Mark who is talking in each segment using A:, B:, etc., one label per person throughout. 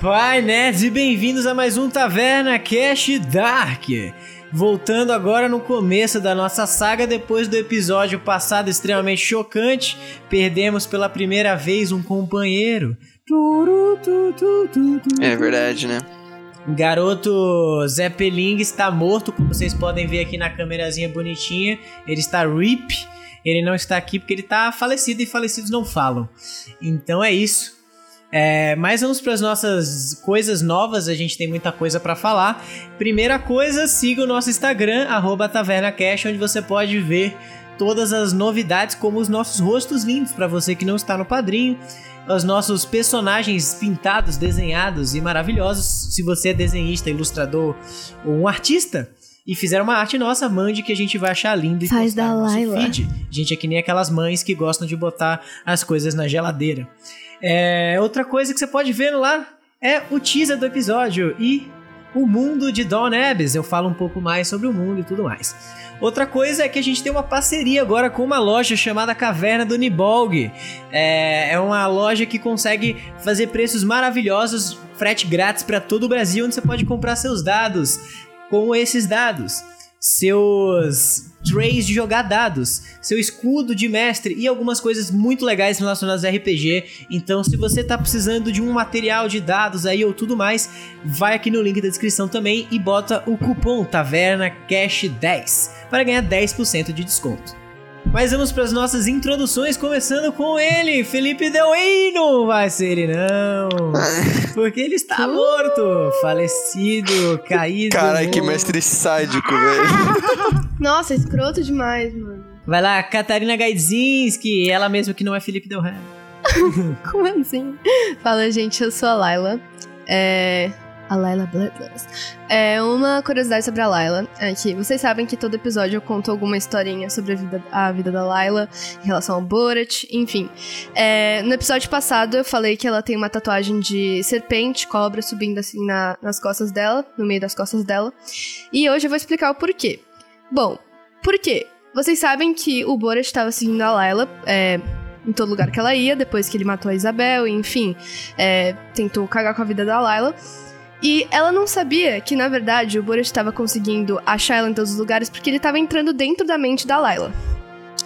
A: Kawaii Nerds e bem-vindos a mais um Taverna Cash Dark. Voltando agora no começo da nossa saga, depois do episódio passado extremamente chocante, perdemos pela primeira vez um companheiro. Turu, tu, tu, tu, tu.
B: É verdade, né?
A: Garoto Zé Peling está morto, como vocês podem ver aqui na câmerazinha bonitinha. Ele está RIP. Ele não está aqui porque ele está falecido e falecidos não falam. Então é isso. É, mas vamos para as nossas coisas novas, a gente tem muita coisa para falar. Primeira coisa, siga o nosso Instagram, arroba TavernaCash, onde você pode ver todas as novidades, como os nossos rostos lindos, para você que não está no padrinho os nossos personagens pintados, desenhados e maravilhosos. Se você é desenhista, ilustrador ou um artista e fizer uma arte nossa, mande que a gente vai achar lindo e
C: Faz
A: postar
C: da
A: no nosso
C: Laila.
A: feed. Gente, é que nem aquelas mães que gostam de botar as coisas na geladeira. É, outra coisa que você pode ver lá é o teaser do episódio e o mundo de Don Abbes. Eu falo um pouco mais sobre o mundo e tudo mais. Outra coisa é que a gente tem uma parceria agora com uma loja chamada Caverna do Nibolg. É, é uma loja que consegue fazer preços maravilhosos, frete grátis para todo o Brasil, onde você pode comprar seus dados com esses dados. Seus trays de jogar dados, seu escudo de mestre e algumas coisas muito legais relacionadas a RPG. Então, se você tá precisando de um material de dados aí ou tudo mais, vai aqui no link da descrição também e bota o cupom Taverna Cash 10 para ganhar 10% de desconto. Mas vamos para as nossas introduções, começando com ele, Felipe Del Rey. Não vai ser ele, não.
B: Ah.
A: Porque ele está morto, falecido, caído.
B: Caralho, que
A: morto.
B: mestre sádico, velho.
C: Nossa, escroto demais, mano.
A: Vai lá, Catarina Gaidzinski, ela mesma que não é Felipe Del Rey.
C: Como assim? Fala, gente, eu sou a Laila. É. A Laila Bloodless. É uma curiosidade sobre a Laila é que vocês sabem que todo episódio eu conto alguma historinha sobre a vida, a vida da Laila em relação ao Borat, enfim. É, no episódio passado eu falei que ela tem uma tatuagem de serpente, cobra subindo assim na- nas costas dela, no meio das costas dela. E hoje eu vou explicar o porquê. Bom, por quê? Vocês sabem que o Borat estava seguindo a Laila é, em todo lugar que ela ia, depois que ele matou a Isabel, enfim, é, tentou cagar com a vida da Laila. E ela não sabia que, na verdade, o Borat estava conseguindo achar ela em todos os lugares porque ele estava entrando dentro da mente da Laila.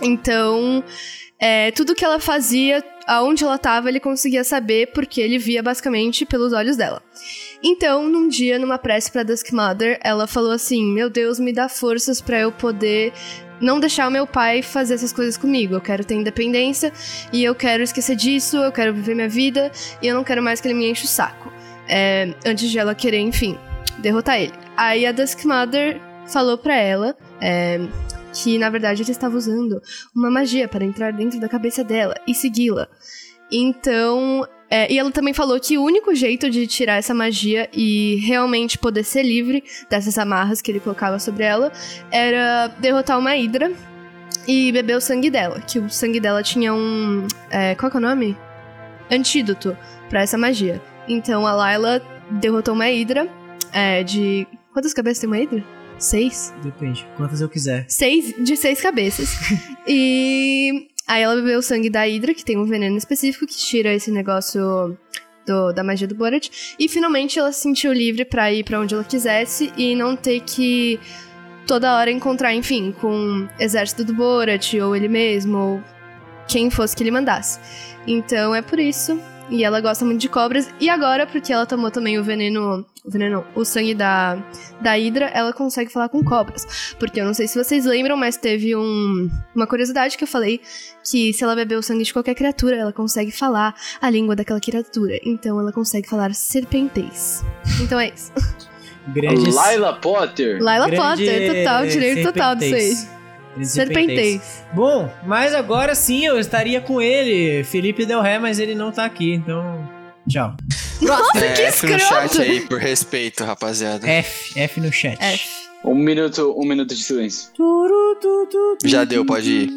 C: Então, é, tudo que ela fazia, aonde ela estava, ele conseguia saber porque ele via basicamente pelos olhos dela. Então, num dia, numa prece para Dusk Mother, ela falou assim: Meu Deus, me dá forças para eu poder não deixar o meu pai fazer essas coisas comigo. Eu quero ter independência e eu quero esquecer disso, eu quero viver minha vida e eu não quero mais que ele me enche o saco. É, antes de ela querer, enfim, derrotar ele. Aí a Dusk Mother falou pra ela é, que na verdade ele estava usando uma magia para entrar dentro da cabeça dela e segui-la. Então. é, e ela também falou que o único jeito de tirar essa magia e realmente poder ser livre dessas amarras que ele colocava sobre ela era derrotar uma hidra e beber o sangue dela. Que o sangue dela tinha um. é, qual que é o nome? Antídoto pra essa magia. Então a Layla derrotou uma hidra é, de. Quantas cabeças tem uma hidra? Seis?
A: Depende, quantas eu quiser.
C: Seis, de seis cabeças. e aí ela bebeu o sangue da Hydra, que tem um veneno específico que tira esse negócio do- da magia do Borat. E finalmente ela se sentiu livre pra ir pra onde ela quisesse e não ter que toda hora encontrar, enfim, com o exército do Borat, ou ele mesmo, ou quem fosse que ele mandasse. Então é por isso. E ela gosta muito de cobras. E agora, porque ela tomou também o veneno. O veneno, não, o sangue da, da Hydra, ela consegue falar com cobras. Porque eu não sei se vocês lembram, mas teve um- uma curiosidade que eu falei que se ela beber o sangue de qualquer criatura, ela consegue falar a língua daquela criatura. Então ela consegue falar serpentez. Então é isso.
A: Grandes,
D: Laila Potter.
C: Laila
A: grande
C: Potter, total, direito total disso aí.
A: serpentez. Grandes
C: Serpentez.
A: Bom, mas agora sim eu estaria com ele, Felipe Del Rey, mas ele não tá aqui, então. Tchau.
C: Nossa, que
B: É, F no
C: escroto!
B: chat aí, por respeito, rapaziada.
A: F, F no chat.
C: É.
D: Um minuto, um minuto de silêncio.
A: Turu, tu, tu, tu,
B: Já
A: tu,
B: deu, pode ir.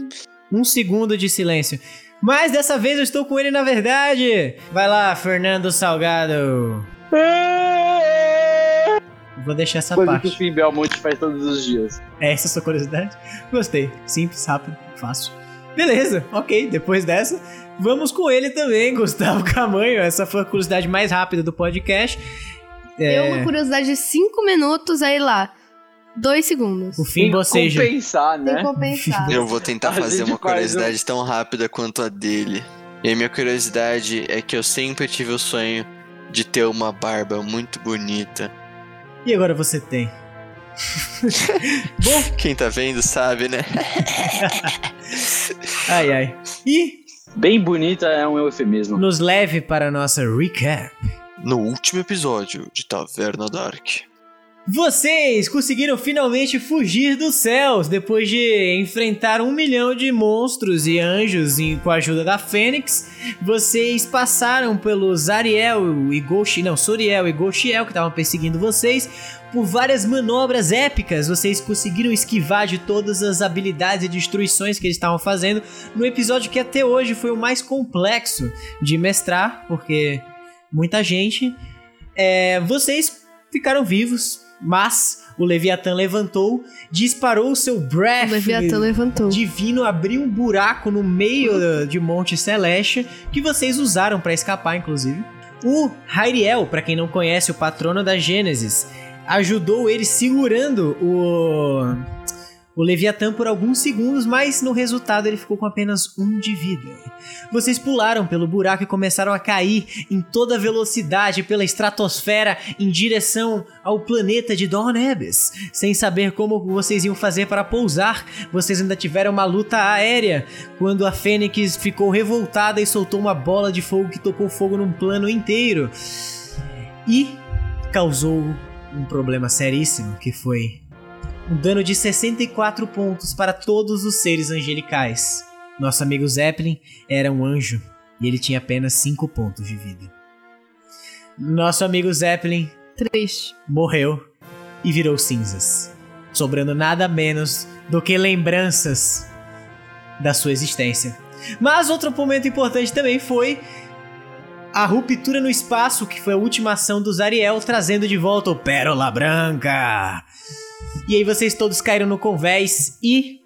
A: Um segundo de silêncio. Mas dessa vez eu estou com ele na verdade. Vai lá, Fernando Salgado. Vou deixar essa
D: É. Coisa que o
A: parte.
D: Fim Belmonte faz todos os dias.
A: É essa a sua curiosidade? Gostei. Simples, rápido, fácil. Beleza, ok, depois dessa, vamos com ele também, Gustavo Camanho. Essa foi a curiosidade mais rápida do podcast. É,
C: Deu uma curiosidade de 5 minutos, aí lá. 2 segundos.
A: o fim boceja.
D: compensar,
C: Tem
D: né?
C: que compensar.
B: Eu vou tentar
D: A
B: fazer
D: gente
B: uma
D: faz
B: curiosidade tão rápida quanto a dele. E a minha curiosidade é que eu sempre tive o sonho de ter uma barba muito bonita.
A: E agora você tem. Bom,
B: Quem tá vendo sabe, né?
A: ai ai. E
D: Bem bonita é um eufemismo.
A: nos leve para a nossa recap.
B: No último episódio de Taverna Dark.
A: Vocês conseguiram finalmente fugir dos céus depois de enfrentar um milhão de monstros e anjos e com a ajuda da Fênix. Vocês passaram pelos Ariel e Golshi, não, Soriel e Golchiel que estavam perseguindo vocês por várias manobras épicas. Vocês conseguiram esquivar de todas as habilidades e destruições que eles estavam fazendo no episódio que até hoje foi o mais complexo de mestrar, porque muita gente. É, vocês ficaram vivos, mas o Leviatã levantou, disparou o seu
C: O
A: breath.
C: Leviatã levantou.
A: Divino abriu um buraco no meio de Monte Celeste que vocês usaram pra escapar, inclusive. O Hyriel, pra quem não conhece, o patrono da Gênesis, ajudou ele segurando o o Leviatã por alguns segundos, mas no resultado ele ficou com apenas um de vida. Vocês pularam pelo buraco e começaram a cair em toda velocidade pela estratosfera em direção ao planeta de Don Ebes. Sem saber como vocês iam fazer para pousar, vocês ainda tiveram uma luta aérea quando a Fênix ficou revoltada e soltou uma bola de fogo que tocou fogo num plano inteiro e causou um problema seríssimo que foi um dano de 64 pontos para todos os seres angelicais. Nosso amigo Zeppelin era um anjo e ele tinha apenas 5 pontos de vida. Nosso amigo Zeppelin
C: Triste.
A: morreu e virou cinzas, sobrando nada menos do que lembranças da sua existência. Mas outro momento importante também foi a ruptura no espaço, que foi a última ação dos Ariel, trazendo de volta o Pérola Branca. E aí vocês todos caíram no convés e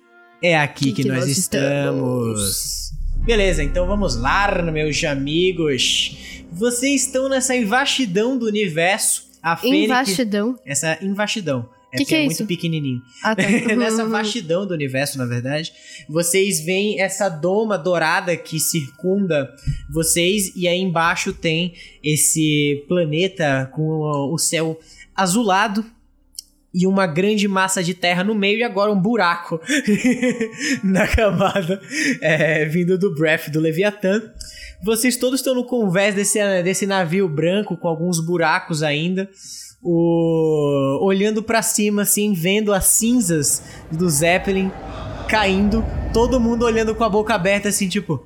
A: é aqui que, nós, estamos. Beleza, então vamos lá, meus amigos. Vocês estão nessa invastidão do universo. A Fênix
C: Invastidão.
A: essa invastidão. É porque
C: Que que é
A: é muito
C: isso?
A: pequenininho.
C: Ah, tá.
A: Nessa vastidão do universo, na verdade, vocês veem essa doma dourada que circunda vocês e aí embaixo tem esse planeta com o o céu azulado e uma grande massa de terra no meio e agora um buraco na camada é, vindo do breath do Leviatã. Vocês todos estão no convés desse, desse navio branco com alguns buracos ainda. O- olhando pra cima, assim, vendo as cinzas do Zeppelin caindo, todo mundo olhando com a boca aberta, assim, tipo,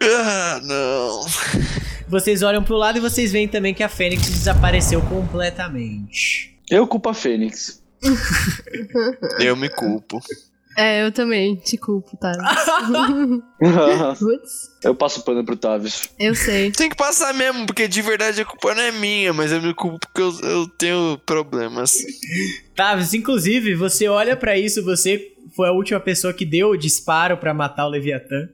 B: Ah, não.
A: Vocês olham pro lado e vocês veem também que a Fênix desapareceu completamente.
D: Eu culpo a Fênix.
B: Eu me culpo.
C: É, eu também te culpo, tá? Putz,
D: eu passo pano pro Tavis.
C: eu sei.
B: Tem que passar mesmo, porque de verdade a culpa não é minha, mas eu me culpo porque eu, eu tenho problemas.
A: Tavis, Tá, inclusive, você olha pra isso, você foi a última pessoa que deu o disparo pra matar o Leviatã.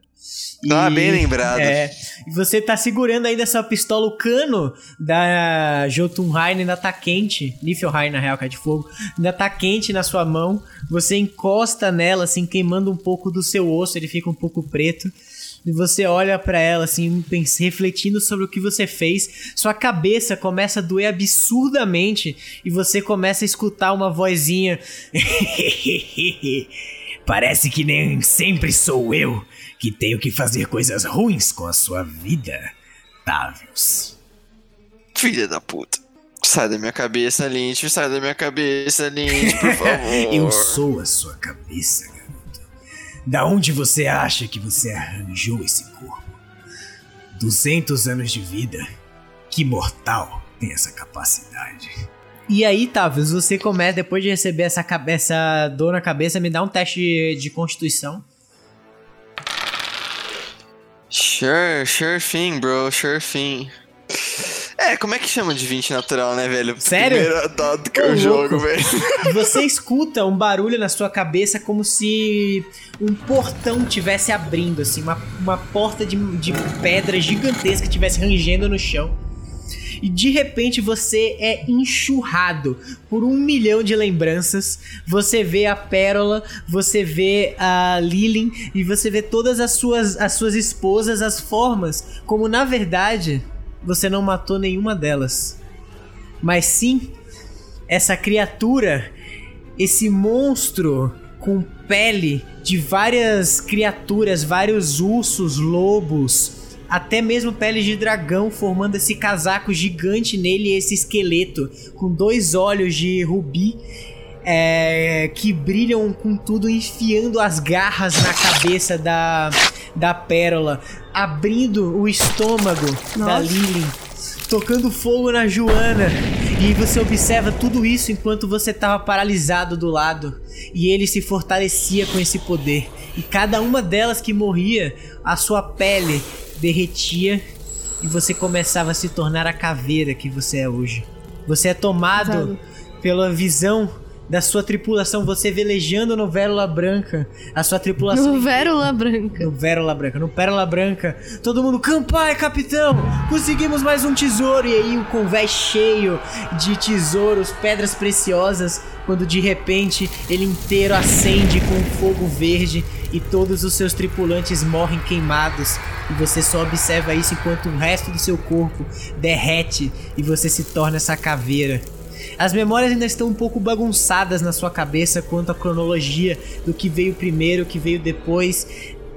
B: Ah,
A: E-
B: bem lembrado.
A: É, e você tá segurando ainda essa pistola, o cano da Jotunheim ainda tá quente, Niflheim na real, que é de fogo, ainda tá quente na sua mão, você encosta nela, assim, queimando um pouco do seu osso, ele fica um pouco preto, e você olha pra ela, assim, pens- refletindo sobre o que você fez, sua cabeça começa a doer absurdamente, e você começa a escutar uma vozinha... Parece que nem sempre sou eu que tenho que fazer coisas ruins com a sua vida, Tavius.
B: Filha da puta. Sai da minha cabeça, Lynch. Sai da minha cabeça, Lynch, por favor.
A: Eu sou a sua cabeça, garoto. Da onde você acha que você arranjou esse corpo? 200 anos de vida. Que mortal tem essa capacidade. E aí, Tavius, você começa, depois de receber essa, cabe- essa dor na cabeça, me dá um teste de- de constituição.
B: Sure, sure thing, bro. Sure thing. É, como é que chama de 20 natural, né, velho?
A: Sério?
B: Primeiro dado que
A: Ô,
B: eu
A: louco.
B: jogo, velho.
A: Você escuta um barulho na sua cabeça como se um portão tivesse abrindo, assim, uma, uma porta de, de pedra gigantesca tivesse rangendo no chão. E de repente você é enxurrado por um milhão de lembranças. Você vê a Pérola, você vê a Lilin e você vê todas as suas, as suas esposas, as formas, como na verdade você não matou nenhuma delas. Mas sim essa criatura, esse monstro com pele de várias criaturas, vários ursos, lobos, até mesmo pele de dragão, formando esse casaco gigante nele, e esse esqueleto com dois olhos de rubi. é, que brilham com tudo, enfiando as garras na cabeça da, da pérola, abrindo o estômago da
C: Nossa.
A: Lily, tocando fogo na Joana, e você observa tudo isso enquanto você estava paralisado do lado. E ele se fortalecia com esse poder. E cada uma delas que morria, a sua pele derretia e você começava a se tornar a caveira que você é hoje. Você é tomado
C: Pesado.
A: pela visão da sua tripulação, você é velejando no Vélula Branca, a sua tripulação
C: No Vérula Branca.
A: no Pérola Branca, no Pérola Branca, todo mundo, campai, capitão! Conseguimos mais um tesouro! E aí o convés cheio de tesouros, pedras preciosas, quando de repente ele inteiro acende com um fogo verde e todos os seus tripulantes morrem queimados. E você só observa isso enquanto o resto do seu corpo derrete e você se torna essa caveira. As memórias ainda estão um pouco bagunçadas na sua cabeça quanto à cronologia do que veio primeiro, o que veio depois,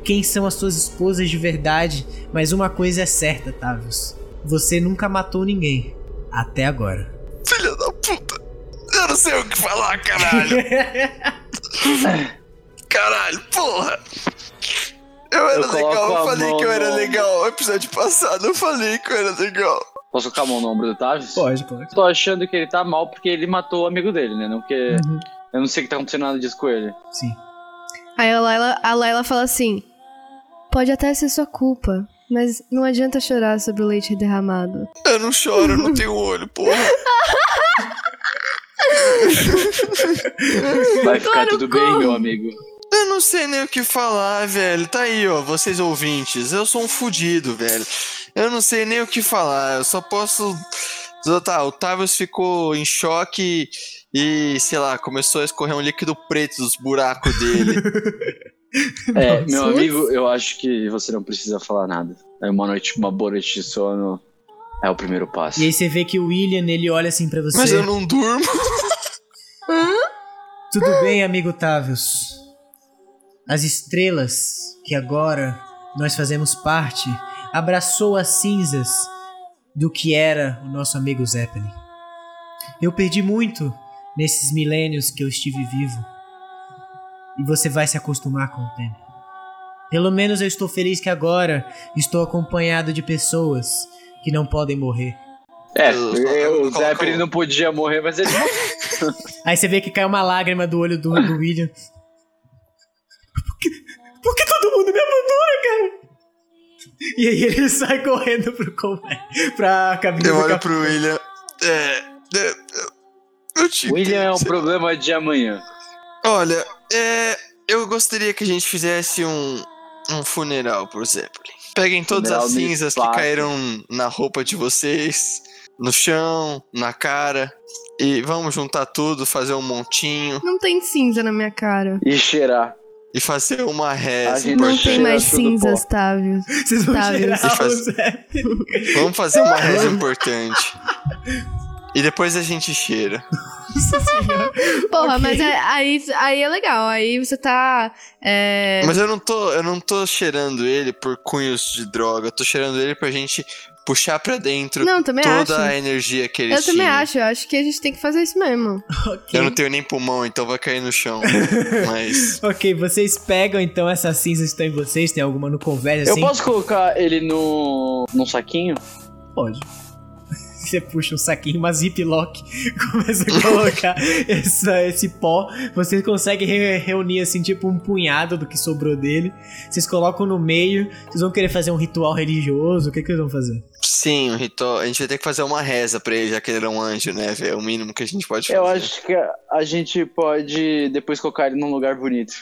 A: quem são as suas esposas de verdade, mas uma coisa é certa, Tavius. Você nunca matou ninguém. Até agora.
B: Filha da puta. Eu não sei o que falar, caralho. Caralho, porra. Eu era
D: Eu coloco
B: legal, eu
D: a
B: falei
D: mão
B: que eu era
D: no-
B: legal. No episódio passado eu falei que eu era legal.
D: Posso colocar a mão no ombro do Tavis?
A: Pode, pode.
D: Tô achando que ele tá mal porque ele matou o amigo dele, né? Não porque.
A: Uhum.
D: Eu não sei o que tá acontecendo nada disso com ele.
A: Sim.
C: Aí a Laila, a Laila fala assim: Pode até ser sua culpa, mas não adianta chorar sobre o leite derramado.
B: Eu não choro, eu não tenho olho, porra.
D: Vai ficar
C: Claro,
D: tudo
C: como?
D: bem, meu amigo.
B: Eu não sei nem o que falar, velho. Tá aí, ó, vocês ouvintes. Eu sou um fudido, velho. Eu não sei nem o que falar. Eu só posso. Tá, o Tavius ficou em choque e, sei lá, começou a escorrer um líquido preto dos buracos dele.
D: É,
A: Nossa.
D: meu
C: Putz.
D: amigo, eu acho que você não precisa falar nada. É uma noite, uma boa noite de sono é o primeiro passo.
A: E aí você vê que o William, ele olha assim pra você.
B: Mas eu não durmo.
A: Tudo bem, amigo Tavius. As estrelas que agora nós fazemos parte abraçou as cinzas do que era o nosso amigo Zeppelin. Eu perdi muito nesses milênios que eu estive vivo. E você vai se acostumar com o tempo. Pelo menos eu estou feliz que agora estou acompanhado de pessoas que não podem morrer.
D: É,
B: Eu-
D: é,
B: eu-
D: o
B: eu
D: Zé
B: coloco-
D: ele não podia morrer, mas ele
A: Aí você vê que cai uma lágrima do olho do, do William. Por que, por que todo mundo me abandona, cara? E aí ele sai correndo pro convé, pra cabine
B: Eu
A: do
B: olho
A: cap...
B: pro William. É. é, eu- eu te
D: William é um
B: entendo.
D: problema de amanhã.
B: Olha, é, eu gostaria que a gente fizesse um, um funeral pro Zeppelin. Peguem todas
D: Funeral
B: as
D: de
B: cinzas que
D: plástico.
B: caíram na roupa de vocês, no chão, na cara, e vamos juntar tudo, fazer um montinho
C: Não tem cinza na minha cara.
D: E cheirar.
B: e fazer uma
D: A
B: reza
D: gente
C: Não
B: importante.
C: tem
D: cheira
C: mais
D: tudo
C: cinzas, Távios.
A: Vocês vão
C: Tá,
A: gerar
B: William.
A: o Zé.
B: Vamos fazer uma reza importante. E depois a gente cheira.
A: Nossa senhora.
C: Porra,
A: Ok.
C: mas é- aí, aí é legal. Aí você tá. é,
B: Mas eu não tô, eu não tô cheirando ele por cunhos de droga, eu tô cheirando ele pra gente puxar pra dentro
C: Não, também
B: toda
C: acho.
B: a energia que ele
C: Eu também acho. Eu acho que a gente tem que fazer isso mesmo.
A: Ok.
C: é-
B: Eu não tenho nem pulmão, então vai cair no chão. Mas.
A: Ok, vocês pegam então essas cinzas que estão em vocês? Tem alguma no convés assim?
D: Eu posso colocar ele no. num saquinho?
A: Pode. Você puxa um saquinho, uma ziplock, começa a colocar essa- esse pó. Vocês conseguem re- reunir, assim, tipo um punhado do que sobrou dele. Vocês colocam no meio. Vocês vão querer fazer um ritual religioso? O que, que eles vão fazer?
B: Sim, o ritual. A gente vai ter que fazer uma reza pra ele, já que ele era um anjo, né, velho? É o mínimo que a gente pode fazer.
D: Eu acho que a, a gente pode depois colocar ele num lugar bonito.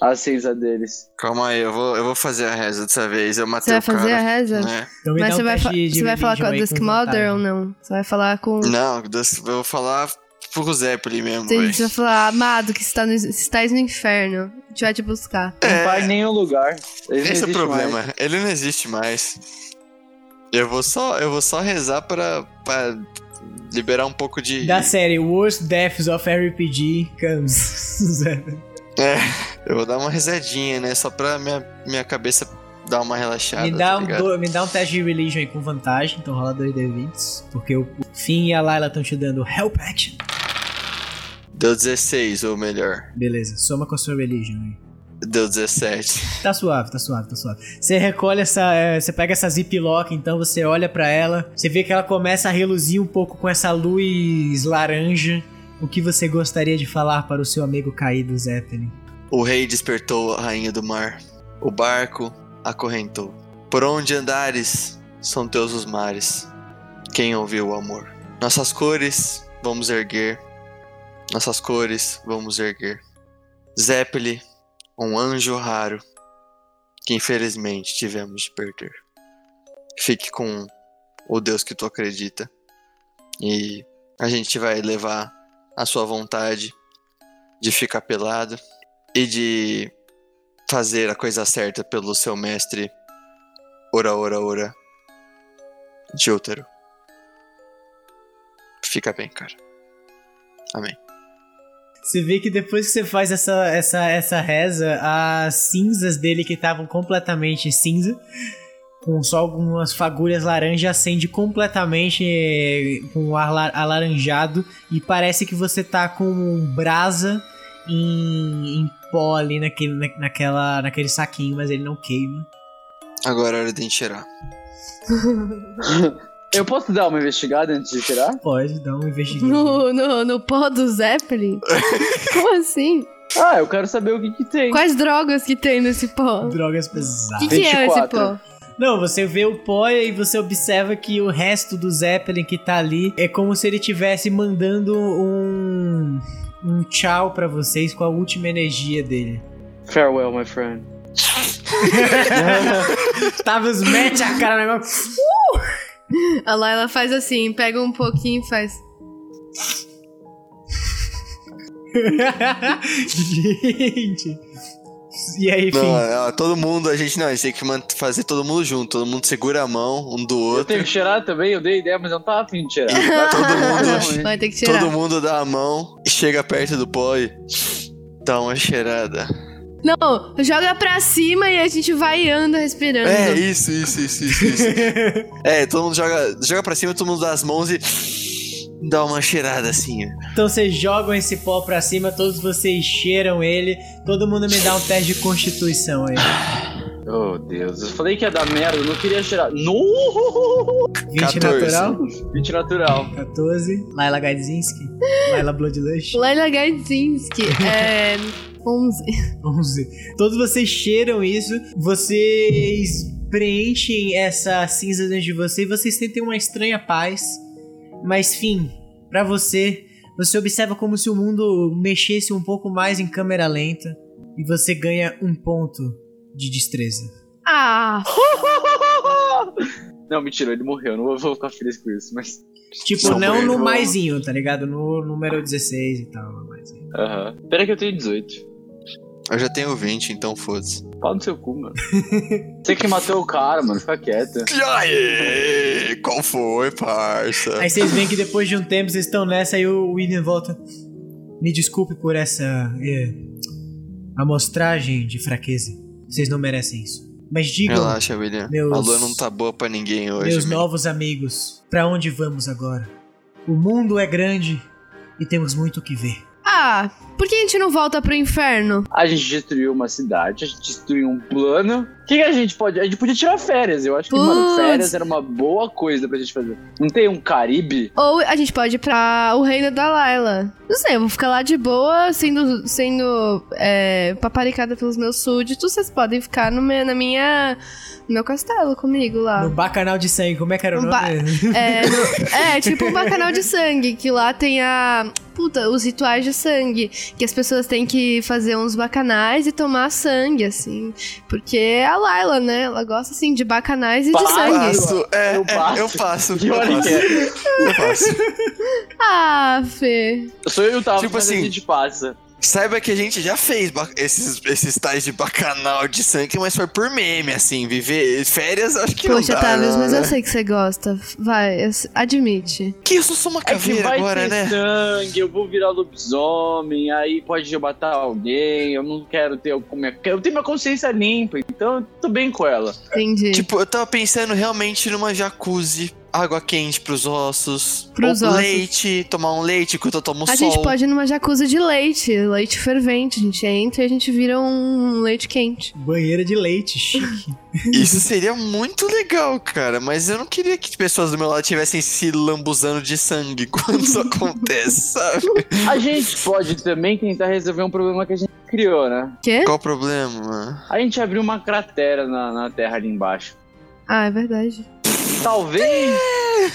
D: A cinza deles.
B: Calma aí, eu vou, eu vou fazer a reza dessa vez. Eu
C: Você
B: matei
C: vai
B: o cara.
C: fazer a reza?
B: né?
A: Então me
C: Mas
A: dá
C: você
A: um
C: vai,
A: teste
C: fa-
A: de
C: você vai falar com a
A: religion aí
C: Dusk né?
A: com
C: Mother
A: vantagem.
C: ou não? Você vai falar com.
B: Não, das- eu vou falar pro Zeppelin mesmo,
C: Tem
B: velho.
C: gente que vai falar, amado, que está no, estás no inferno. A gente vai te buscar.
D: Não vai em nenhum lugar.
B: É.
D: Ele não
B: Esse é o
D: existe
B: problema.
D: mais.
B: Ele não existe mais. Eu vou só, eu vou só rezar pra, pra liberar um pouco de.
A: Da série Worst Deaths of RPG Comes. Suzana.
B: É, Eu vou dar uma rezadinha, né? Só pra minha, minha cabeça dar uma relaxada.
A: me, dá
B: tá
A: um
B: ligado?
A: do- me dá um teste de religion aí com vantagem, então rola 2d20. Porque o Finn e a Layla estão te dando help action.
B: Deu 16, ou melhor.
A: Beleza, soma com a sua religion aí.
B: Deu 17.
A: Tá suave, tá suave, tá suave. Você recolhe essa. é, você pega essa ziplock, então você olha pra ela. Você vê que ela começa a reluzir um pouco com essa luz laranja. O que você gostaria de falar para o seu amigo caído, Zeppelin?
B: O rei despertou a rainha do mar. O barco acorrentou. Por onde andares, são teus os mares. Quem ouviu o amor? Nossas cores vamos erguer. Nossas cores vamos erguer. Zeppelin, um anjo raro que infelizmente tivemos de perder. Fique com o Deus que tu acredita. E a gente vai levar a sua vontade de ficar pelado e de fazer a coisa certa pelo seu mestre Ora Ora Ora de útero. Fica bem, cara.
A: Você vê que depois que você faz essa, essa, essa reza, as cinzas dele que estavam completamente cinza, com só algumas fagulhas laranja, acende completamente eh, com um ar la- alaranjado e parece que você tá com brasa em, em pó ali naquele, na- naquela, naquele saquinho, mas ele não queima.
B: Agora é hora de encheirar.
D: Eu posso dar uma investigada antes de tirar?
A: Pode dar um investigado.
C: No, no, no pó do Zeppelin? Como assim?
D: Ah, eu quero saber o que que tem.
C: Quais drogas que tem nesse pó?
A: Drogas
C: O
B: Ah,
A: pesadas.
C: que, que é esse
D: 24.
C: pó?
A: Não, você vê o pó e você observa que o resto do Zeppelin que tá ali é como se ele tivesse mandando um, um tchau pra vocês com a última energia dele.
D: Farewell, my friend.
A: Tavius mete a cara no negócio.
C: A Laila faz assim, pega um pouquinho e faz.
A: Gente. E aí,
B: Não, é,
A: fim.
B: ó, todo mundo, a gente não, a gente tem que man- fazer todo mundo junto. Todo mundo segura a mão um do
D: Eu
B: outro.
D: tenho que cheirar também, eu dei ideia, mas eu não tava afim de cheirar.
B: Todo né?
D: mundo-
C: Vai ter que tirar.
B: Todo mundo dá a mão, chega perto do pó e dá uma cheirada.
C: Não, joga pra cima e a gente vai andando respirando.
B: É, isso, isso, isso, isso, isso. É, todo mundo joga, joga pra cima, todo mundo dá as mãos e dá uma cheirada assim. ó.
A: Então vocês jogam esse pó pra cima, todos vocês cheiram ele. Todo mundo me dá um teste de constituição aí.
B: Ah,
D: Oh, Deus. Eu falei que ia dar merda, eu não queria cheirar. No!
A: 20
B: 14.
A: natural,
D: 20 natural.
A: 14. Laila Gadzinski, Laila Bloodlush.
C: Laila Gardzinski, é. 11.
A: 11. Todos vocês cheiram isso, vocês preenchem essa cinza dentro de você e vocês sentem uma estranha paz. Mas, fim, pra você, você observa como se o mundo mexesse um pouco mais em câmera lenta e você ganha um ponto de destreza.
C: Ah,
D: Não, mentira, ele morreu. Não vou- vou ficar feliz com isso, mas.
A: Tipo,
B: Não,
A: não
B: mas
A: no
B: eu-
A: maisinho, tá ligado? No número 16 e tal. no maisinho.
D: Aham. Pera que eu tenho 18.
B: Eu já tenho 20, então foda-se.
D: Pau no seu cu, mano. Você que matou o cara, mano. Fica quieto.
B: E aí, qual foi, parça?
A: Aí vocês veem que depois de um tempo vocês estão nessa e o William volta. Me desculpe por essa é, amostragem de fraqueza. Vocês não merecem isso. Mas digam,
B: Relaxa, William.
A: Meus-
B: A lua não tá boa pra ninguém hoje.
A: meus
B: meu.
A: novos amigos, pra onde vamos agora? O mundo é grande e temos muito o que ver.
C: ah, por que a gente não volta pro inferno?
D: A gente destruiu uma cidade, a gente destruiu um plano. que, que a gente pode. A gente podia tirar férias. Eu acho que, mano,
C: Putz.
D: férias era uma boa coisa pra gente fazer. Não tem um Caribe?
C: Ou a gente pode ir pra o reino da Laila. Não sei, eu vou ficar lá de boa, sendo, sendo é, paparicada pelos meus súditos. Vocês podem ficar no meu, na minha, no meu castelo comigo lá.
A: No Bacanal de Sangue, como é que era o
C: Ah. No
A: nome?
C: ba- É, no- é, tipo um bacanal de sangue, que lá tem a. Puta, os rituais de sangue. Que as pessoas têm que fazer uns bacanais e tomar sangue, assim. Porque é a Laila, né? Ela gosta, assim, de bacanais e de
D: Para!
C: sangue.
B: Passo, é,
D: Eu
B: é,
D: passo.
B: eu passo.
D: E
B: eu
D: olha que
B: passo,
D: é.
B: eu passo.
C: Ah, Fê.
D: Sou eu e o Tava,
B: Tipo
D: mas
B: assim,
D: a gente passa.
B: Saiba que a gente já fez ba- esses, esses tais de bacanal de sangue, mas foi por meme, assim, viver. Férias, acho que
C: Poxa,
B: não dá.
C: Tavius, tá mas
B: né?
C: eu sei que você gosta. Vai, eu- admite.
B: Que isso, sou uma
D: É que
B: caveira
D: vai
B: agora,
D: ter
B: né?
D: sangue, eu vou virar lobisomem, aí pode eu matar alguém, eu não quero ter como minha... Eu tenho minha consciência limpa, então eu tô bem com ela.
C: Entendi.
B: Tipo, eu tava pensando realmente numa jacuzzi, água quente pros ossos,
C: Pros
B: ou
C: ossos.
B: leite, tomar um leite enquanto eu tomo
C: a
B: sol.
C: gente pode ir numa jacuzzi de leite, leite fervente. A gente entra e a gente vira um leite quente.
A: Banheira de leite, chique.
B: Isso seria muito legal, cara, mas eu não queria que pessoas do meu lado tivessem se lambuzando de sangue quando isso acontece, sabe?
D: A gente pode também tentar resolver um problema que a gente criou, né?
C: Quê?
B: Qual o problema?
D: A gente abriu uma cratera na, na terra ali embaixo.
C: Ah, é verdade.
D: Talvez
B: É.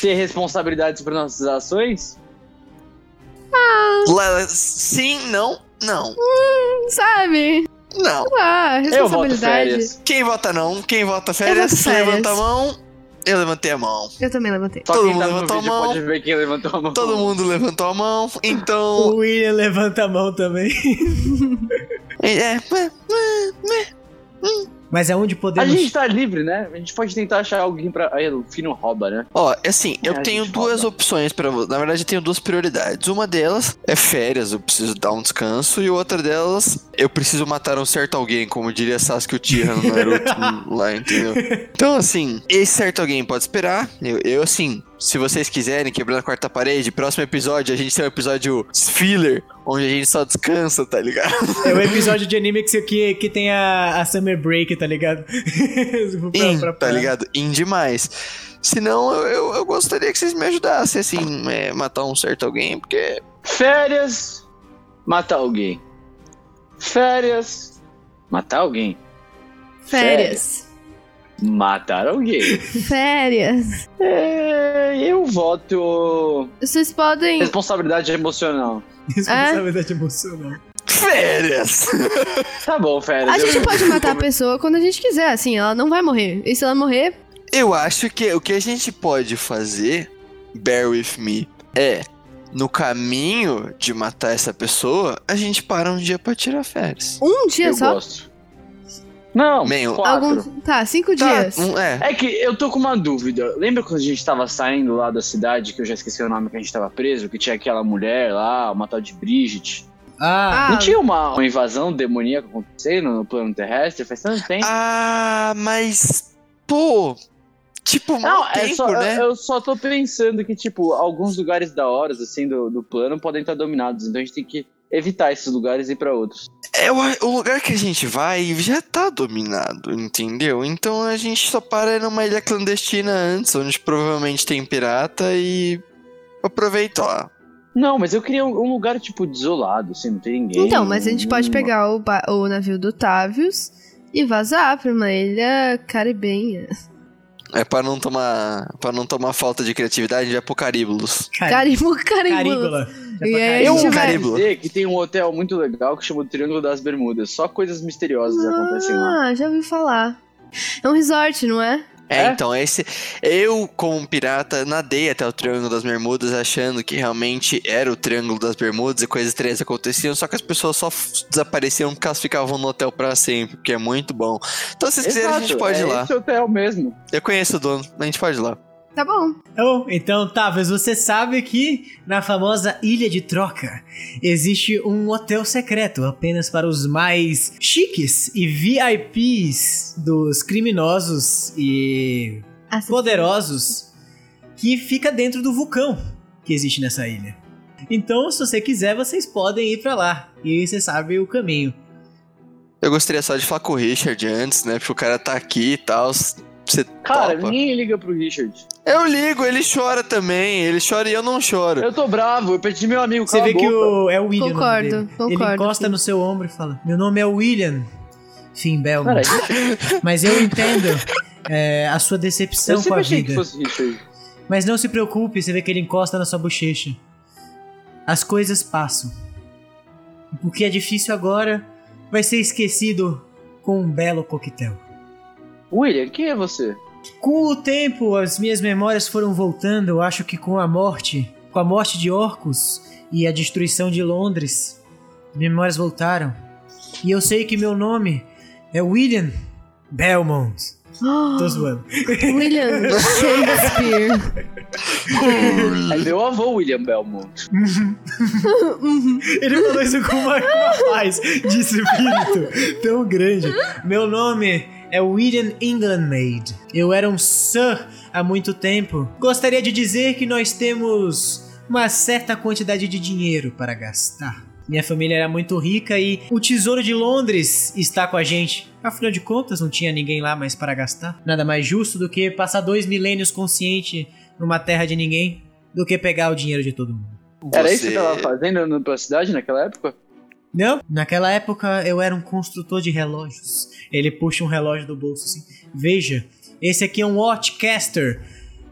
D: ter responsabilidades por nossas ações?
B: Lela, sim, não, não,
C: Sabe?
B: não.
C: Ah,
D: Eu voto
C: responsabilidade.
D: férias.
B: Quem vota não, quem vota férias,
C: voto férias.
B: levanta a mão. Eu levantei a mão.
C: Eu também levantei.
D: Só
B: Todo
D: quem tá
B: mundo
D: no
B: levantou a
D: vídeo
B: mão.
D: pode ver quem levantou a mão.
B: Todo mundo levantou a mão, então.
A: O William levanta a mão também.
B: É, é,
A: Mas é onde
D: A
B: um
A: podemos.
D: gente tá livre, né? A gente pode tentar achar alguém pra... Aí o Fino rouba, né?
B: Ó, assim,
D: É,
B: eu
D: a
B: tenho
D: gente
B: duas
D: roda.
B: opções para você. Na verdade, eu tenho duas prioridades. Uma delas é férias, eu preciso dar um descanso. E outra delas, eu preciso matar um certo alguém, como diria Sasuke Uchiha no Naruto lá, entendeu? Então, assim, esse certo alguém pode esperar. Eu, eu, assim, se vocês quiserem, quebrando a quarta parede, próximo episódio, a gente tem um episódio filler, onde a gente só descansa, tá ligado?
A: É o episódio de anime que, você- que, que tem a, a Summer Break, tá ligado?
B: In,
A: pra, pra,
B: tá ligado? In demais. Senão, eu, eu, eu gostaria que vocês me ajudassem, assim, é, matar um certo alguém, porque
D: Férias, matar alguém. Férias, matar alguém.
C: Férias.
D: Matar alguém.
C: Férias.
D: É, eu voto
C: Vocês podem.
D: responsabilidade emocional.
C: É?
A: Responsabilidade emocional.
B: Férias!
D: Tá bom, férias.
C: A
D: eu-
C: gente pode matar a pessoa quando a gente quiser, assim, ela não vai morrer. E se ela morrer,
B: Eu acho que o que a gente pode fazer, bear with me, é no caminho de matar essa pessoa, a gente para um dia pra tirar férias.
C: um dia
D: Eu
C: só.
D: gosto. Não,
B: Meio.
D: quatro.
C: Algum- Tá, cinco
B: Tá,
C: dias.
B: um- é.
D: É que eu tô com uma dúvida. Lembra quando a gente tava saindo lá da cidade, que eu já esqueci o nome que a gente tava preso, que tinha aquela mulher lá, uma tal de Bridget?
A: Ah,
C: Ah,
D: Não tinha uma, uma invasão demoníaca acontecendo no plano terrestre? Faz tanto tempo.
B: Ah, mas. Pô! Tipo, mal
D: Não,
B: tempo,
D: é só, eu-
B: né?
D: eu, só tô pensando que, tipo, alguns lugares da hora, assim, do, do plano podem estar dominados. Então a gente tem que evitar esses lugares e ir pra outros.
B: É, o- o lugar que a gente vai já tá dominado, entendeu? Então a gente só para numa ilha clandestina antes, onde provavelmente tem pirata e. Aproveita lá.
D: Não, mas eu queria um, um lugar, tipo, desolado, assim, não tem ninguém.
C: Então, mas a gente pode
D: Não-
C: pegar o, ba- o navio do Távios e vazar pra uma ilha caribenha.
B: É pra não tomar, para não tomar falta de criatividade, a gente vai pro Caríbulos.
A: Cari...
C: Carimbo, carimbo.
A: Caríbula.
C: E aí a
A: Eu,
D: Eu
C: gente vai-
D: quero
B: Caribou.
D: dizer que tem um hotel muito legal que chama o Triângulo das Bermudas. Só coisas misteriosas acontecem lá.
C: Ah, já ouvi falar. É um resort, não é?
B: É,
D: É?
B: então, esse. Eu, como pirata, nadei até o Triângulo das Bermudas, achando que realmente era o Triângulo das Bermudas e coisas estranhas aconteciam, só que as pessoas só f- desapareciam porque elas ficavam no hotel pra sempre, que é muito bom. Então, se vocês quiserem, a gente
D: Exato,
B: pode
D: é
B: ir lá.
D: Esse hotel mesmo.
B: Eu conheço o dono, a gente pode ir lá.
C: Tá bom.
A: Então, então, Tavas, você sabe que na famosa Ilha de Troca existe um hotel secreto apenas para os mais chiques e VIPs dos criminosos e
C: Ah,
A: poderosos que fica dentro do vulcão que existe nessa ilha. Então, se você quiser, vocês podem ir pra lá e você sabe o caminho.
B: Eu gostaria só de falar com o Richard antes, né? Porque o cara tá aqui e tal. Você
D: Cara,
B: topa?
D: ninguém liga pro Richard.
B: Eu ligo, ele chora também. Ele chora e eu não choro.
D: Eu tô bravo, eu perdi meu amigo.
A: Você
D: cala
A: vê
D: a
A: que
D: boca.
A: o, é o William. o nome
C: Concordo,
A: dele. Ele
C: concordo,
A: encosta
C: sim.
A: no seu ombro e fala: Meu nome é William Finn Belmont.
D: Cara,
A: Mas eu entendo é, a sua decepção
D: eu
A: com
D: sempre
A: a
D: achei que
A: vida.
D: fosse Richard.
A: Mas não se preocupe, você vê que ele encosta na sua bochecha. As coisas passam. O que é difícil agora vai ser esquecido com um belo coquetel.
D: William, quem é você?
A: Com o tempo, as minhas memórias foram voltando. Eu acho que com a morte, com a morte de Orcus e a destruição de Londres, memórias voltaram. E eu sei que meu nome é William Belmont. Tô zoando.
C: William Shakespeare.
D: É meu avô, William Belmont.
A: Ele falou isso com uma, com uma paz de espírito tão grande. Meu nome é William Englandmaid. Eu era um Sir há muito tempo. Gostaria de dizer que nós temos uma certa quantidade de dinheiro para gastar. Minha família era muito rica e o Tesouro de Londres está com a gente. Afinal de contas, não tinha ninguém lá mais para gastar. Nada mais justo do que passar dois milênios consciente numa terra de ninguém do que pegar o dinheiro de todo mundo.
D: Era isso que
B: Você-
D: você tava fazendo na tua cidade naquela época?
A: Não? Naquela época eu era um construtor de relógios. Ele puxa um relógio do bolso assim. Veja, esse aqui é um Watchcaster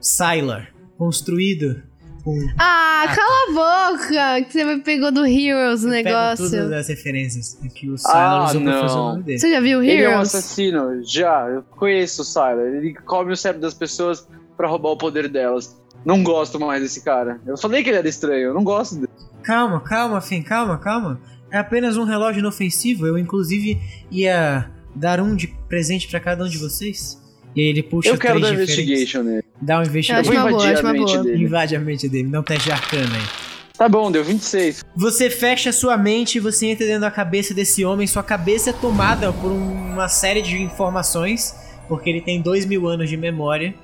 A: Sylar, construído com
C: Ah, cala a boca! Que você me pegou do Heroes
A: Pega
C: o
A: né?
C: negócio.
A: todas as referências que o Sylar
D: Ah,
A: usou pra fazer o
D: não.
A: nome dele.
C: Você já viu
D: Ele é um
C: Heroes?
D: assassino, já. Eu conheço o Sylar. Ele come o cérebro das pessoas pra roubar o poder delas. Não gosto mais desse cara. Eu falei que ele era estranho, eu não gosto dele.
A: Calma, calma, Finn, calma, calma. É apenas um relógio inofensivo. Eu inclusive ia dar um de presente pra cada um de vocês. E aí ele puxa
D: eu quero
A: três
D: dar
A: diferentes.
D: investigation nele.
A: Dá um
D: Eu
C: Acho
D: vou
A: investigation.
C: uma boa,
D: invadir
C: acho uma
D: a mente
C: boa.
D: dele.
A: Invade a mente dele, não teste de arcana aí.
D: Tá bom, deu 26.
A: Você fecha sua mente e você entra dentro da cabeça desse homem. Sua cabeça é tomada por uma série de informações, porque ele tem dois mil anos de memória.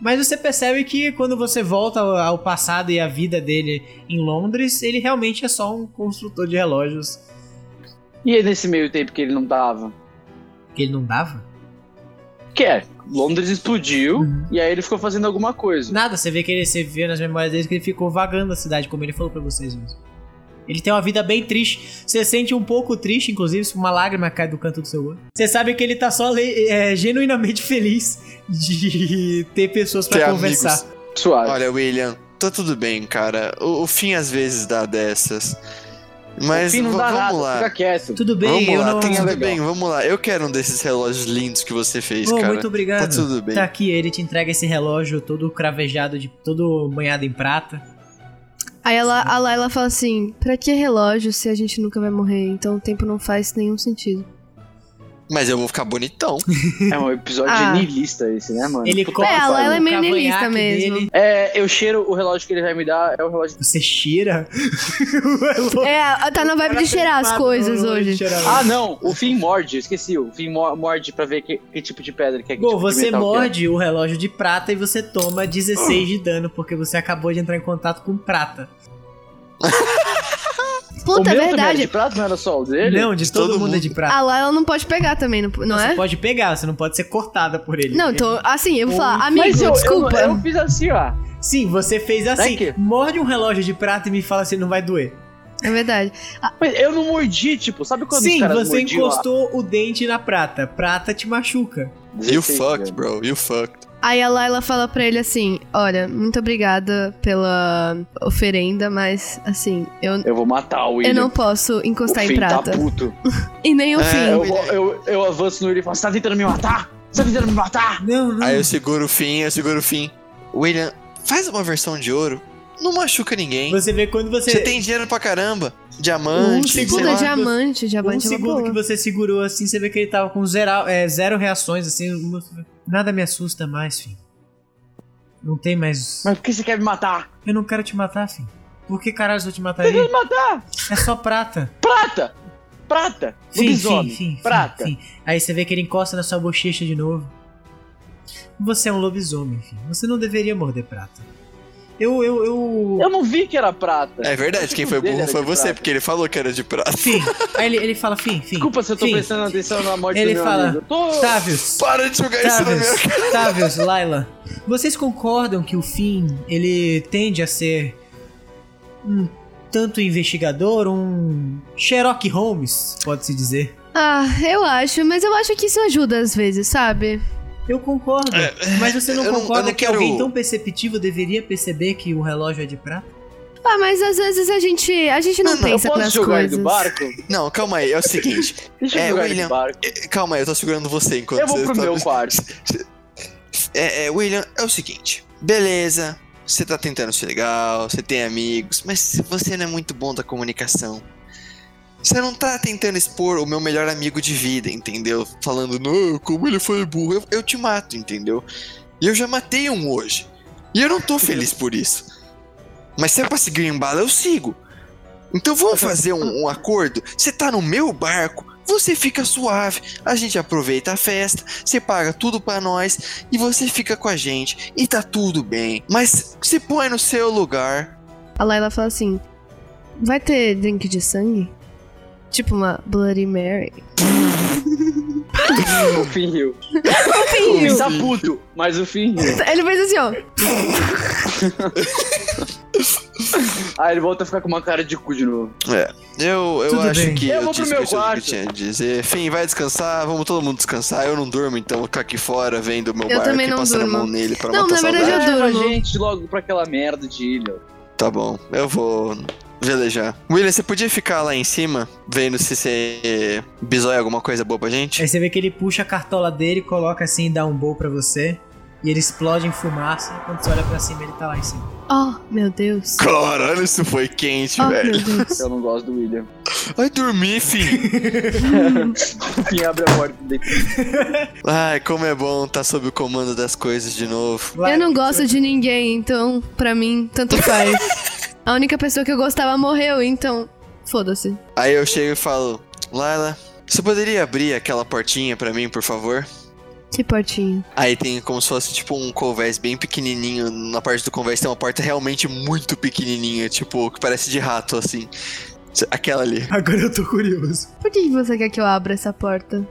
A: Mas você percebe que quando você volta ao- ao passado e à vida dele em Londres, ele realmente é só um construtor de relógios
D: E é nesse meio tempo que ele não tava?
A: que ele não dava.
D: Que é, Londres explodiu
A: Uhum.
D: e aí ele ficou fazendo alguma coisa.
A: Nada, você vê que ele você vê nas memórias dele que ele ficou vagando a cidade, como ele falou pra vocês mesmo. Ele tem uma vida bem triste. Você sente um pouco triste, inclusive, se uma lágrima cai do canto do seu olho. Você sabe que ele tá só le- é, genuinamente feliz de ter pessoas pra
B: Ter
A: conversar.
B: amigos.
D: Suave.
B: Olha, William, tá tudo bem, cara. O, o fim às vezes dá dessas. Mas
D: Enfim, não
B: v-
D: dá
B: vamos
D: nada,
B: lá.
D: fica quieto.
A: Tudo bem,
B: vamos
A: eu
B: lá,
A: não.
B: tá tudo
D: legal.
B: bem, vamos lá. Eu quero um desses relógios lindos que você fez,
A: Oh,
B: cara.
A: muito obrigado.
B: Tá tudo bem.
A: Tá aqui, ele te entrega esse relógio todo cravejado, de todo banhado em prata.
C: Aí ela, a Layla fala assim: pra que relógio se a gente nunca vai morrer? Então o tempo não faz nenhum sentido.
B: Mas eu vou ficar bonitão.
D: É um episódio
C: Ah.
D: nihilista esse, né, mano?
A: Ele
D: Puta
A: corta
D: que
C: É, a
D: pariu.
C: Layla é meio
A: o
C: niilista
A: cavanhaque
C: mesmo.
A: dele.
D: É, eu cheiro o relógio que ele vai me dar, é o relógio.
A: Você cheira? o relógio.
C: É, ela tá na vibe de cheirar as coisas hoje.
D: Ah, não! O Fim morde, eu esqueci. O Fim mo- morde pra ver que, que tipo de pedra que é. Que
A: Bom,
D: tipo de
A: você
D: metal que é.
A: morde o relógio de prata e você toma 16 de dano, porque você acabou de entrar em contato com prata.
D: O
C: Puta, é
D: meu também era de
C: verdade.
D: prata, não era só o dele?
A: Não, de todo,
B: todo
A: mundo é
B: mundo.
A: de prata.
C: A Layla não pode pegar também, não, não
A: Você
C: é?
A: pode pegar, você não pode ser cortada por ele.
C: Não, então, assim, eu vou falar: amigo,
D: Mas eu, eu-
C: desculpa.
D: Eu, fiz assim, ó.
A: Sim, você fez assim.
D: Thank you.
A: Morde um relógio de prata e me fala se não vai doer.
C: É verdade.
D: Mas eu não mordi, tipo, sabe quando os
A: Sim,
D: caras
A: você
D: mordiam,
A: encostou o dente na prata. Prata te machuca.
D: ó,
B: You
D: 16
B: fucked,
D: anos.
B: bro. You fucked.
C: Aí a Layla fala pra ele assim: Olha, muito obrigada pela oferenda, mas assim, eu,
D: Eu vou matar o William.
C: eu não posso encostar
D: o
C: em
D: Finn
C: prata.
D: Tá puto.
C: E nem o
B: É,
C: fim.
D: Eu, vou- eu, eu avanço no William e falo: Você tá tentando me matar? Você tá tentando me matar?
A: Não, não.
B: Aí eu seguro o fim, eu seguro o fim. William, faz uma versão de ouro. Não machuca ninguém.
A: Você vê quando você.
B: Você tem dinheiro pra caramba.
A: Um segundo
B: Diamante, sei
C: Puta,
B: lá.
A: de-
C: diamante,
A: Um
C: diamante é uma
A: segundo que
C: boa.
A: você segurou assim, você vê que ele tava com zero, é, zero reações, assim. uma- Nada me assusta mais, filho. Não tem mais.
D: Mas por que você quer me matar?
A: Eu não quero te matar, filho. Por que caralho eu te
D: Você quer
A: mataria?
D: me matar?
A: É só prata.
D: Prata! Prata! Lobisomem! prata!
A: fim. Aí você vê que ele encosta na sua bochecha de novo. Você é um lobisomem, filho. Você não deveria morder prata. Eu, eu, eu...
D: Eu não vi que era prata.
B: É verdade, quem foi
D: Ele
B: burro
D: era
B: foi
D: de
B: você,
D: prata.
B: porque ele falou que era de prata.
A: Fim. Aí ele, ele fala, fim, fim.
D: Desculpa se eu tô
A: fim.
D: prestando atenção na morte
A: Ele
D: do meu
A: fala, "Tá,
D: amigo. Eu tô...
A: Távios,
B: Para de
D: é
B: jogar isso na minha
A: Távios, Távios, Laila. Vocês concordam que o Finn, ele tende a ser um tanto investigador, um Sherlock Holmes, pode-se dizer.
C: Ah, eu acho, mas eu acho que isso ajuda às vezes, sabe?
A: Eu concordo, mas você não
B: É, eu não- eu
A: concorda
B: não
A: que
B: quero-
A: alguém tão perceptivo deveria perceber que o relógio é de prata?
C: Ah, mas às vezes a gente, a gente não,
B: Não, não,
D: Eu
C: pensa
D: posso
C: nas
D: jogar
C: coisas.
D: ele do barco?
B: Não, calma aí, é o seguinte.
D: Deixa eu
B: É,
D: jogar ele
B: William,
D: do barco.
B: é, Calma aí, eu tô segurando você enquanto
D: Eu vou
B: você
D: pro
B: tá-
D: meu quarto.
B: É, é, William, é o seguinte. Beleza, você tá tentando ser legal, você tem amigos, mas você não é muito bom da comunicação. Você não tá tentando expor o meu melhor amigo de vida, entendeu? Falando, não, como ele foi burro, eu, eu te mato, entendeu? E eu já matei um hoje. E eu não tô feliz por isso. Mas se é pra seguir o embalo, eu sigo. Então vamos fazer um, um acordo? Você tá no meu barco, você fica suave, a gente aproveita a festa, você paga tudo pra nós, e você fica com a gente e tá tudo bem. Mas se põe no seu lugar.
C: A Laila fala assim: Vai ter drink de sangue? Tipo uma Bloody Mary.
D: O Finn riu. O Finn
C: Fio.
D: tá puto, mas o Finn riu.
C: Ele fez assim, ó.
D: Aí ele volta a ficar com uma cara de cu de novo.
B: É. Eu, eu
A: Tudo
B: acho
A: bem.
B: que
D: Eu
B: eu,
D: vou pro
B: disse
D: meu
B: que eu tinha-
D: quarto.
B: que tinha a dizer. Enfim, vai descansar, vamos todo mundo descansar. Eu não durmo, então vou ficar aqui fora vendo o meu
C: Eu
B: barco
C: também
B: e
C: não
B: passando
C: durmo.
B: a mão nele pra
C: Não,
B: matar
C: na
B: a
C: verdade,
B: saudade.
C: eu
D: Leva a
C: durmo.
D: gente logo pra aquela merda de ilha.
B: Tá bom, eu vou velejar. William, você podia ficar lá em cima, vendo se você bisóia alguma coisa boa pra gente?
A: Aí você vê que ele puxa a cartola dele, coloca assim e dá um bowl pra você. E ele explode em fumaça. Quando você olha pra cima, ele tá lá em cima.
C: Oh, meu Deus.
B: Caralho, isso foi quente,
C: Oh,
B: velho.
C: meu Deus.
D: Eu não gosto do William.
B: Vai dormir, filho.
D: O Finn abre a porta dele.
B: Ai, como é bom tá sob o comando das coisas de novo.
A: Vai.
C: Eu não gosto de ninguém, então, pra mim, tanto faz. A única pessoa que eu gostava morreu, então, foda-se.
B: Aí eu chego e falo, Laila, você poderia abrir aquela portinha pra mim, por favor?
C: Que portinha.
B: Aí tem como se fosse tipo um convés bem pequenininho. Na parte do convés tem uma porta realmente muito pequenininha, tipo, que parece de rato, assim. Aquela ali.
A: Agora eu tô curioso.
C: Por que que você quer que eu abra essa porta?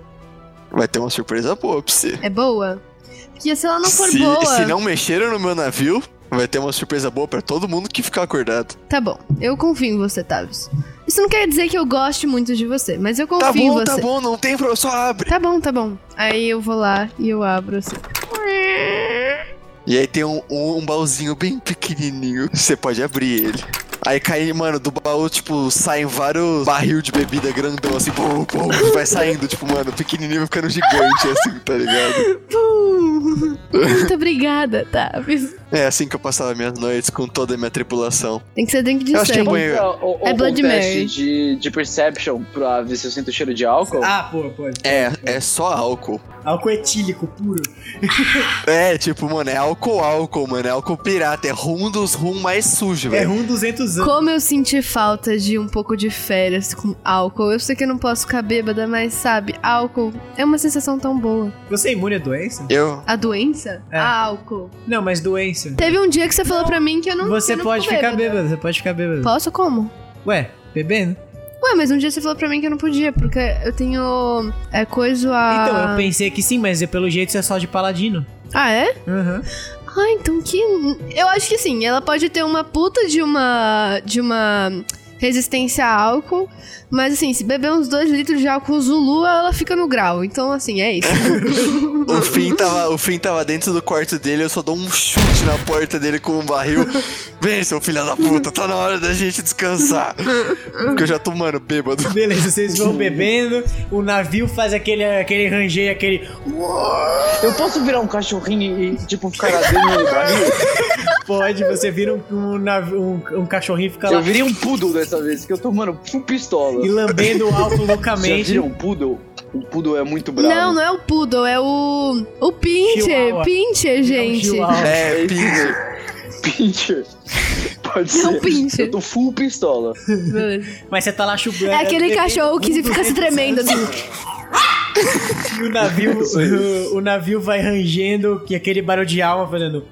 B: Vai ter uma surpresa boa pra você.
C: É boa? Porque se ela não for
B: se,
C: boa.
B: se não mexeram no meu navio, vai ter uma surpresa boa pra todo mundo que ficar acordado.
C: Tá bom, eu confio em você, Tavis. Isso não quer dizer que eu goste muito de você, mas eu confio
B: tá
C: em
B: bom,
C: você.
B: tá bom, não tem problema, só abre.
C: Tá bom, tá bom. Aí eu vou lá e eu abro assim.
B: E aí tem um, um, um baúzinho bem pequenininho. Você pode abrir ele. Aí cai, mano, do baú, tipo, saem vários barril de bebida grandão, assim, pum, pum, que vai saindo, tipo, mano, pequenininho vai ficando gigante, assim, tá ligado?
C: Pum. Muito obrigada, Tavis.
B: É assim que eu passava minhas noites com toda a minha tripulação.
C: Tem que ser drink de
B: Eu acho que é
C: sangue.
B: bom-
D: Vamos pra- ou-
C: É
D: ou
C: Bloody
D: um teste
C: Mary.
D: De, de perception pra ver se eu sinto cheiro de álcool.
A: Ah, pô, pode.
B: É, é só álcool.
A: Álcool etílico puro.
B: É, tipo, mano, é álcool, álcool, mano, é álcool pirata, é rum dos rum mais sujo,
A: É
B: velho.
A: rum 200 anos.
C: Como eu senti falta de um pouco de férias com álcool. Eu sei que eu não posso ficar bêbada, mas sabe, álcool é uma sensação tão boa.
A: Você é imune à doença?
B: Eu.
C: A doença?
A: É.
C: A álcool.
A: Não, mas doença.
C: Teve um dia que você falou pra mim que eu não que
A: Você
C: eu não
A: pode
C: fico
A: ficar bêbado, você pode ficar bêbado.
C: Posso como?
A: Ué, bebendo?
C: Ué, mas um dia você falou pra mim que eu não podia, porque eu tenho. É coisa a.
A: Então, eu pensei que sim, mas pelo jeito você é só de paladino.
C: Ah, é?
A: Aham.
C: Ah, então que. Eu acho que sim, ela pode ter uma puta de uma. de uma resistência a álcool. Mas assim, se beber uns 2 litros de álcool Zulu, ela fica no grau. Então, assim, é isso.
B: O Finn tava, o Finn tava dentro do quarto dele, eu só dou um chute na porta dele com um barril. Vem, seu filho da puta, tá na hora da gente descansar. Porque eu já tô, mano, bêbado.
A: Beleza, vocês vão bebendo, o navio faz aquele, aquele ranger, aquele.
D: Eu posso virar um cachorrinho e, tipo, ficar lá dentro do barril?
A: Pode, você vira um, um, nav- um- um cachorrinho e fica lá
D: Eu virei um poodle dessa vez, que eu tô, mano, full pistola.
A: e lambendo o álcool
D: Já
A: loucamente.
D: viram um poodle? Um poodle é muito bravo.
C: não, não é o Poodle, é o. O
A: Chihuahua. um
C: Pincher. Pincher, gente.
A: Chihuahua.
B: É, pingo.
D: Pincher. Pode ser.
C: Não, pincher.
D: Eu tô full pistola.
C: Beleza.
A: Mas você tá lá chupando.
C: É aquele cachorro que
A: Um
C: fica
A: 200
C: se tremendo, assim.
A: E o navio, o, o navio vai rangendo e aquele barulho de alma fazendo.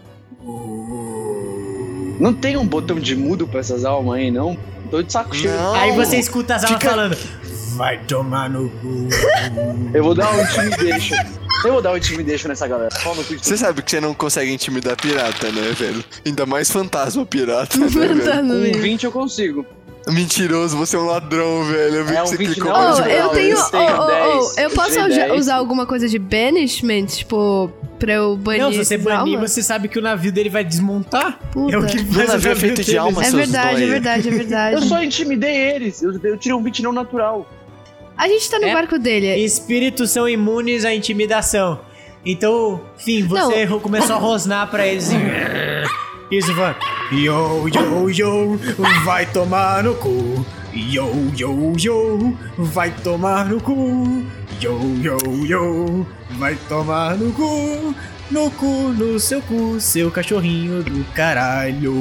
D: Não tem um botão de mudo pra essas almas aí, não? Tô de saco cheio.
B: Não.
A: Aí
C: Oh.
A: você escuta as almas
B: Fica-
A: falando. Vai tomar no cu.
D: Eu vou dar um intimidation. Eu vou dar um intimidation nessa galera. Pau no cu de
B: Você
D: todo
B: sabe que você não consegue intimidar pirata, né, velho? Ainda mais fantasma pirata, né, velho?
C: Fantasma,
D: mundo. Com
C: menino.
D: 20 eu consigo.
B: Mentiroso, você é um ladrão, velho. Eu vi
D: É
B: que
D: um
B: você
D: 20
B: clicou
D: não,
B: pra
C: Oh,
B: jogar.
C: eu
D: Não,
C: tenho.
D: eles
C: Oh,
D: têm
C: oh, oh,
D: 10,
C: eu posso
D: eles têm
C: uja-
D: 10.
C: usar alguma coisa de banishment? Tipo, pra eu banir.
A: Não, se você
C: essas
A: banir,
C: almas?
A: você sabe que o navio dele vai desmontar.
C: Puta.
A: É o que
B: Não
A: mais
B: havia feito de alma,
C: É
B: seus
C: verdade, é
B: dói.
C: verdade, é
D: Eu
C: verdade.
D: só intimidei eles. Eu, eu tirei um 20 não natural.
C: A gente tá no
A: É.
C: barco dele.
A: Espíritos são imunes à intimidação. Então, enfim, você começou a rosnar pra eles. e- Isso, Van. Yo, yo, yo, vai tomar no cu. Yo, yo, yo, vai tomar no cu. Yo, yo, yo, vai tomar no cu. No cu, no seu cu, seu cachorrinho do caralho.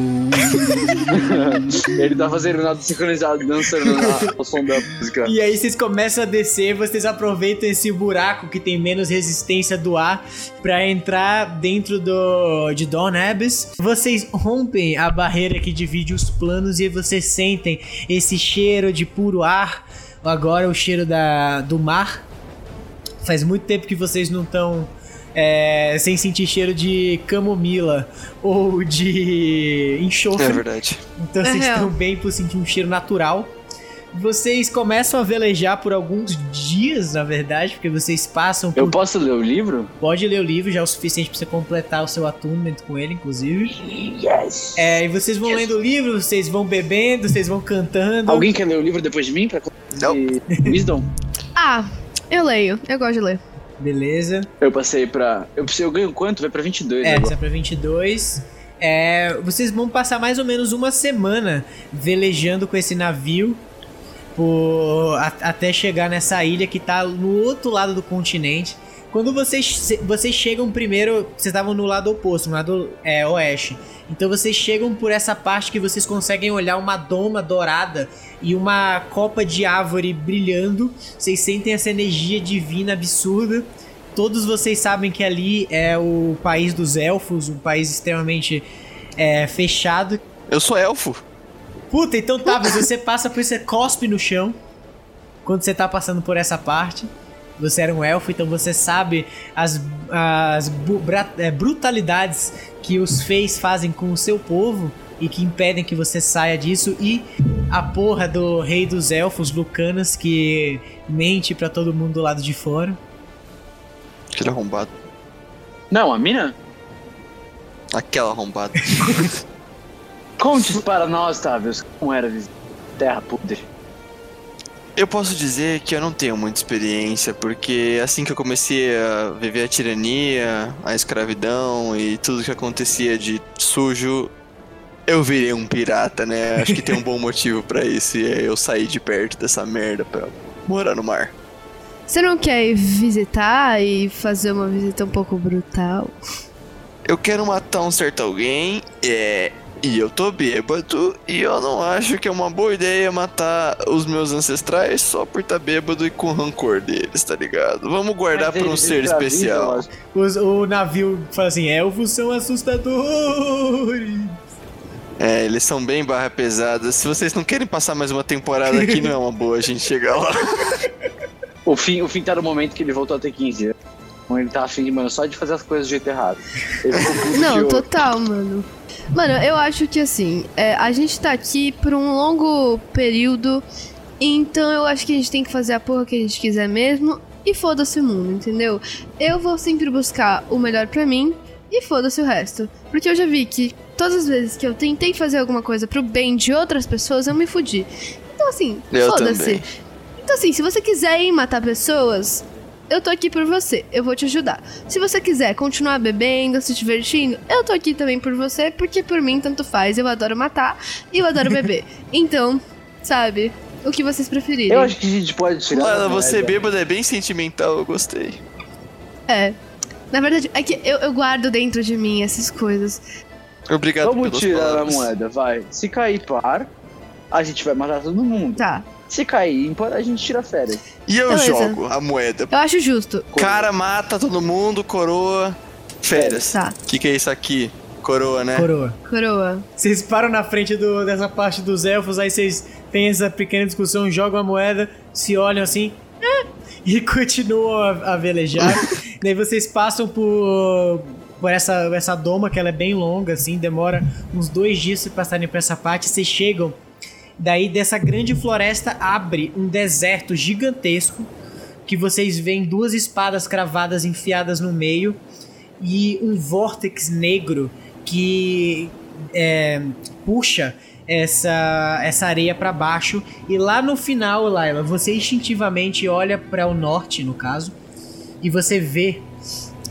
D: Ele tá fazendo nada sincronizado, dançando na, ao som da música.
A: E aí vocês começam a descer, vocês aproveitam esse buraco que tem menos resistência do ar pra entrar dentro do de Dawn Abyss. Vocês rompem a barreira que divide os planos e vocês sentem esse cheiro de puro ar. Agora o cheiro da, do mar. Faz muito tempo que vocês não estão sem sentir cheiro de camomila ou de
B: É
A: enxofre.
B: verdade.
A: Então
C: É
A: vocês
C: real.
A: estão bem por sentir um cheiro natural. Vocês começam a velejar por alguns dias, na verdade, porque vocês passam por.
D: Eu posso ler o livro?
A: Pode ler o livro, já é o suficiente pra você completar o seu attunement com ele, inclusive.
D: Yes!
A: É, e vocês vão lendo o livro, vocês vão bebendo, vocês vão cantando.
D: Alguém quer ler o livro depois de mim? Pra...
B: Não.
D: E- Wisdom?
C: Ah, eu leio. Eu gosto de ler.
A: Beleza.
D: Eu passei pra. Eu, passei- eu ganho quanto? Vai pra 22
A: É,
D: agora.
A: isso é pra 22. É, vocês vão passar mais ou menos uma semana velejando com esse navio por- a- até chegar nessa ilha que tá no outro lado do continente. Quando vocês, se- vocês chegam primeiro, vocês estavam no lado oposto, no lado é, oeste. Então vocês chegam por essa parte que vocês conseguem olhar uma doma dourada e uma copa de árvore brilhando. Vocês sentem essa energia divina absurda. Todos vocês sabem que ali é o país dos elfos, um país extremamente é, fechado.
B: Eu sou elfo.
A: Puta, então tá, mas você passa por isso, você cospe no chão quando você tá passando por essa parte. Você era um elfo, então você sabe as, as bu- bra- é, brutalidades que os Feis fazem com o seu povo e que impedem que você saia disso. E a porra do rei dos elfos, Lucanas, que mente pra todo mundo do lado de fora.
B: Aquele arrombado.
D: Não, a mina?
B: Aquela arrombada.
D: Conte para nós, Tavius, como era visível. Terra podre.
B: Eu posso dizer que eu não tenho muita experiência, porque assim que eu comecei a viver a tirania, a escravidão e tudo que acontecia de sujo, eu virei um pirata, né? Acho que tem um bom motivo pra isso, e é eu sair de perto dessa merda pra morar no mar.
C: Você não quer ir visitar e fazer uma visita um pouco brutal?
B: Eu quero matar um certo alguém, é. E eu tô bêbado, e eu não acho que é uma boa ideia matar os meus ancestrais só por estar bêbado e com rancor deles, tá ligado? Vamos guardar
D: Mas
B: pra um
D: eles
B: ser
D: escravizam,
B: especial.
D: eu acho.
A: Os- o navio fala assim: elfos são assustadores.
B: É, eles são bem barra pesada. Se vocês não querem passar mais uma temporada aqui, não é uma boa a gente chegar lá.
D: O fim, o fim tá no momento que ele voltou a ter 15. né? Então Ele tá afim, mano, só de fazer as coisas do jeito errado. Ele ficou puto que
C: Não,
D: eu-
C: total, mano. Mano, eu acho que assim, é, a gente tá aqui por um longo período, então eu acho que a gente tem que fazer a porra que a gente quiser mesmo e foda-se o mundo, entendeu? Eu vou sempre buscar o melhor pra mim e foda-se o resto. Porque eu já vi que todas as vezes que eu tentei fazer alguma coisa pro bem de outras pessoas, eu me fudi. Então assim,
B: Eu
C: foda-se.
B: também.
C: Então assim, se você quiser ir matar pessoas, eu tô aqui por você, eu vou te ajudar. Se você quiser continuar bebendo, se divertindo, eu tô aqui também por você, porque por mim tanto faz, eu adoro matar e eu adoro beber. Então, sabe, o que vocês preferirem.
D: Eu acho que a gente pode tirar.
B: Mano,
D: uma
B: você
D: média.
B: bêbado é bem sentimental, eu gostei.
C: É. Na verdade, é que eu, eu guardo dentro de mim essas coisas.
B: Obrigado
D: Vamos
B: pelas
D: tirar a
B: palavras.
D: moeda, vai. Se cair par, a gente vai matar todo mundo.
C: Tá.
D: Se cair ímpar, a gente tira férias.
B: E eu
C: Beleza.
B: jogo
A: é-
B: a moeda.
C: Eu acho justo.
B: Cara mata todo mundo, coroa, férias.
C: Tá.
B: O que, que é isso aqui? coroa, né?
A: Coroa.
C: Coroa.
A: Vocês param na frente do- dessa parte dos elfos, aí vocês têm essa pequena discussão, jogam a moeda, se olham assim "Ah", e continuam a, a velejar. Daí vocês passam por, por essa, essa doma que ela é bem longa, assim, demora uns dois dias pra passarem por essa parte, vocês chegam. Daí dessa grande floresta abre um deserto gigantesco que vocês veem duas espadas cravadas enfiadas no meio e um vórtex negro que é, puxa essa, essa areia para baixo. E lá no final, Laila, você instintivamente olha para o norte, no caso, e você vê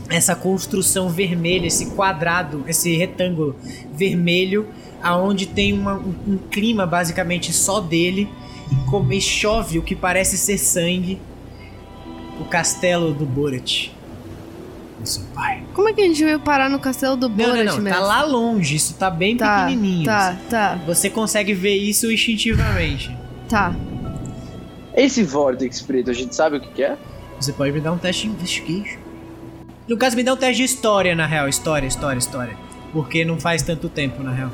A: essa construção vermelha, esse quadrado, esse retângulo vermelho, aonde tem uma- um, um clima basicamente só dele e, como, e chove o que parece ser sangue. O castelo do Borat. Do seu pai.
C: Como é que a gente veio parar no castelo do
A: Não,
C: Borat
A: não, não. Tá
C: mesmo?
A: lá longe, isso tá bem
C: Tá,
A: pequenininho. assim.
C: tá, tá,
A: Você consegue ver isso instintivamente.
C: tá.
D: Esse vórtex preto, a gente sabe o que, que é?
A: Você pode me dar um teste de investigation. No caso, me dá um teste de história, na real. História, história, história. Porque não faz tanto tempo, na real.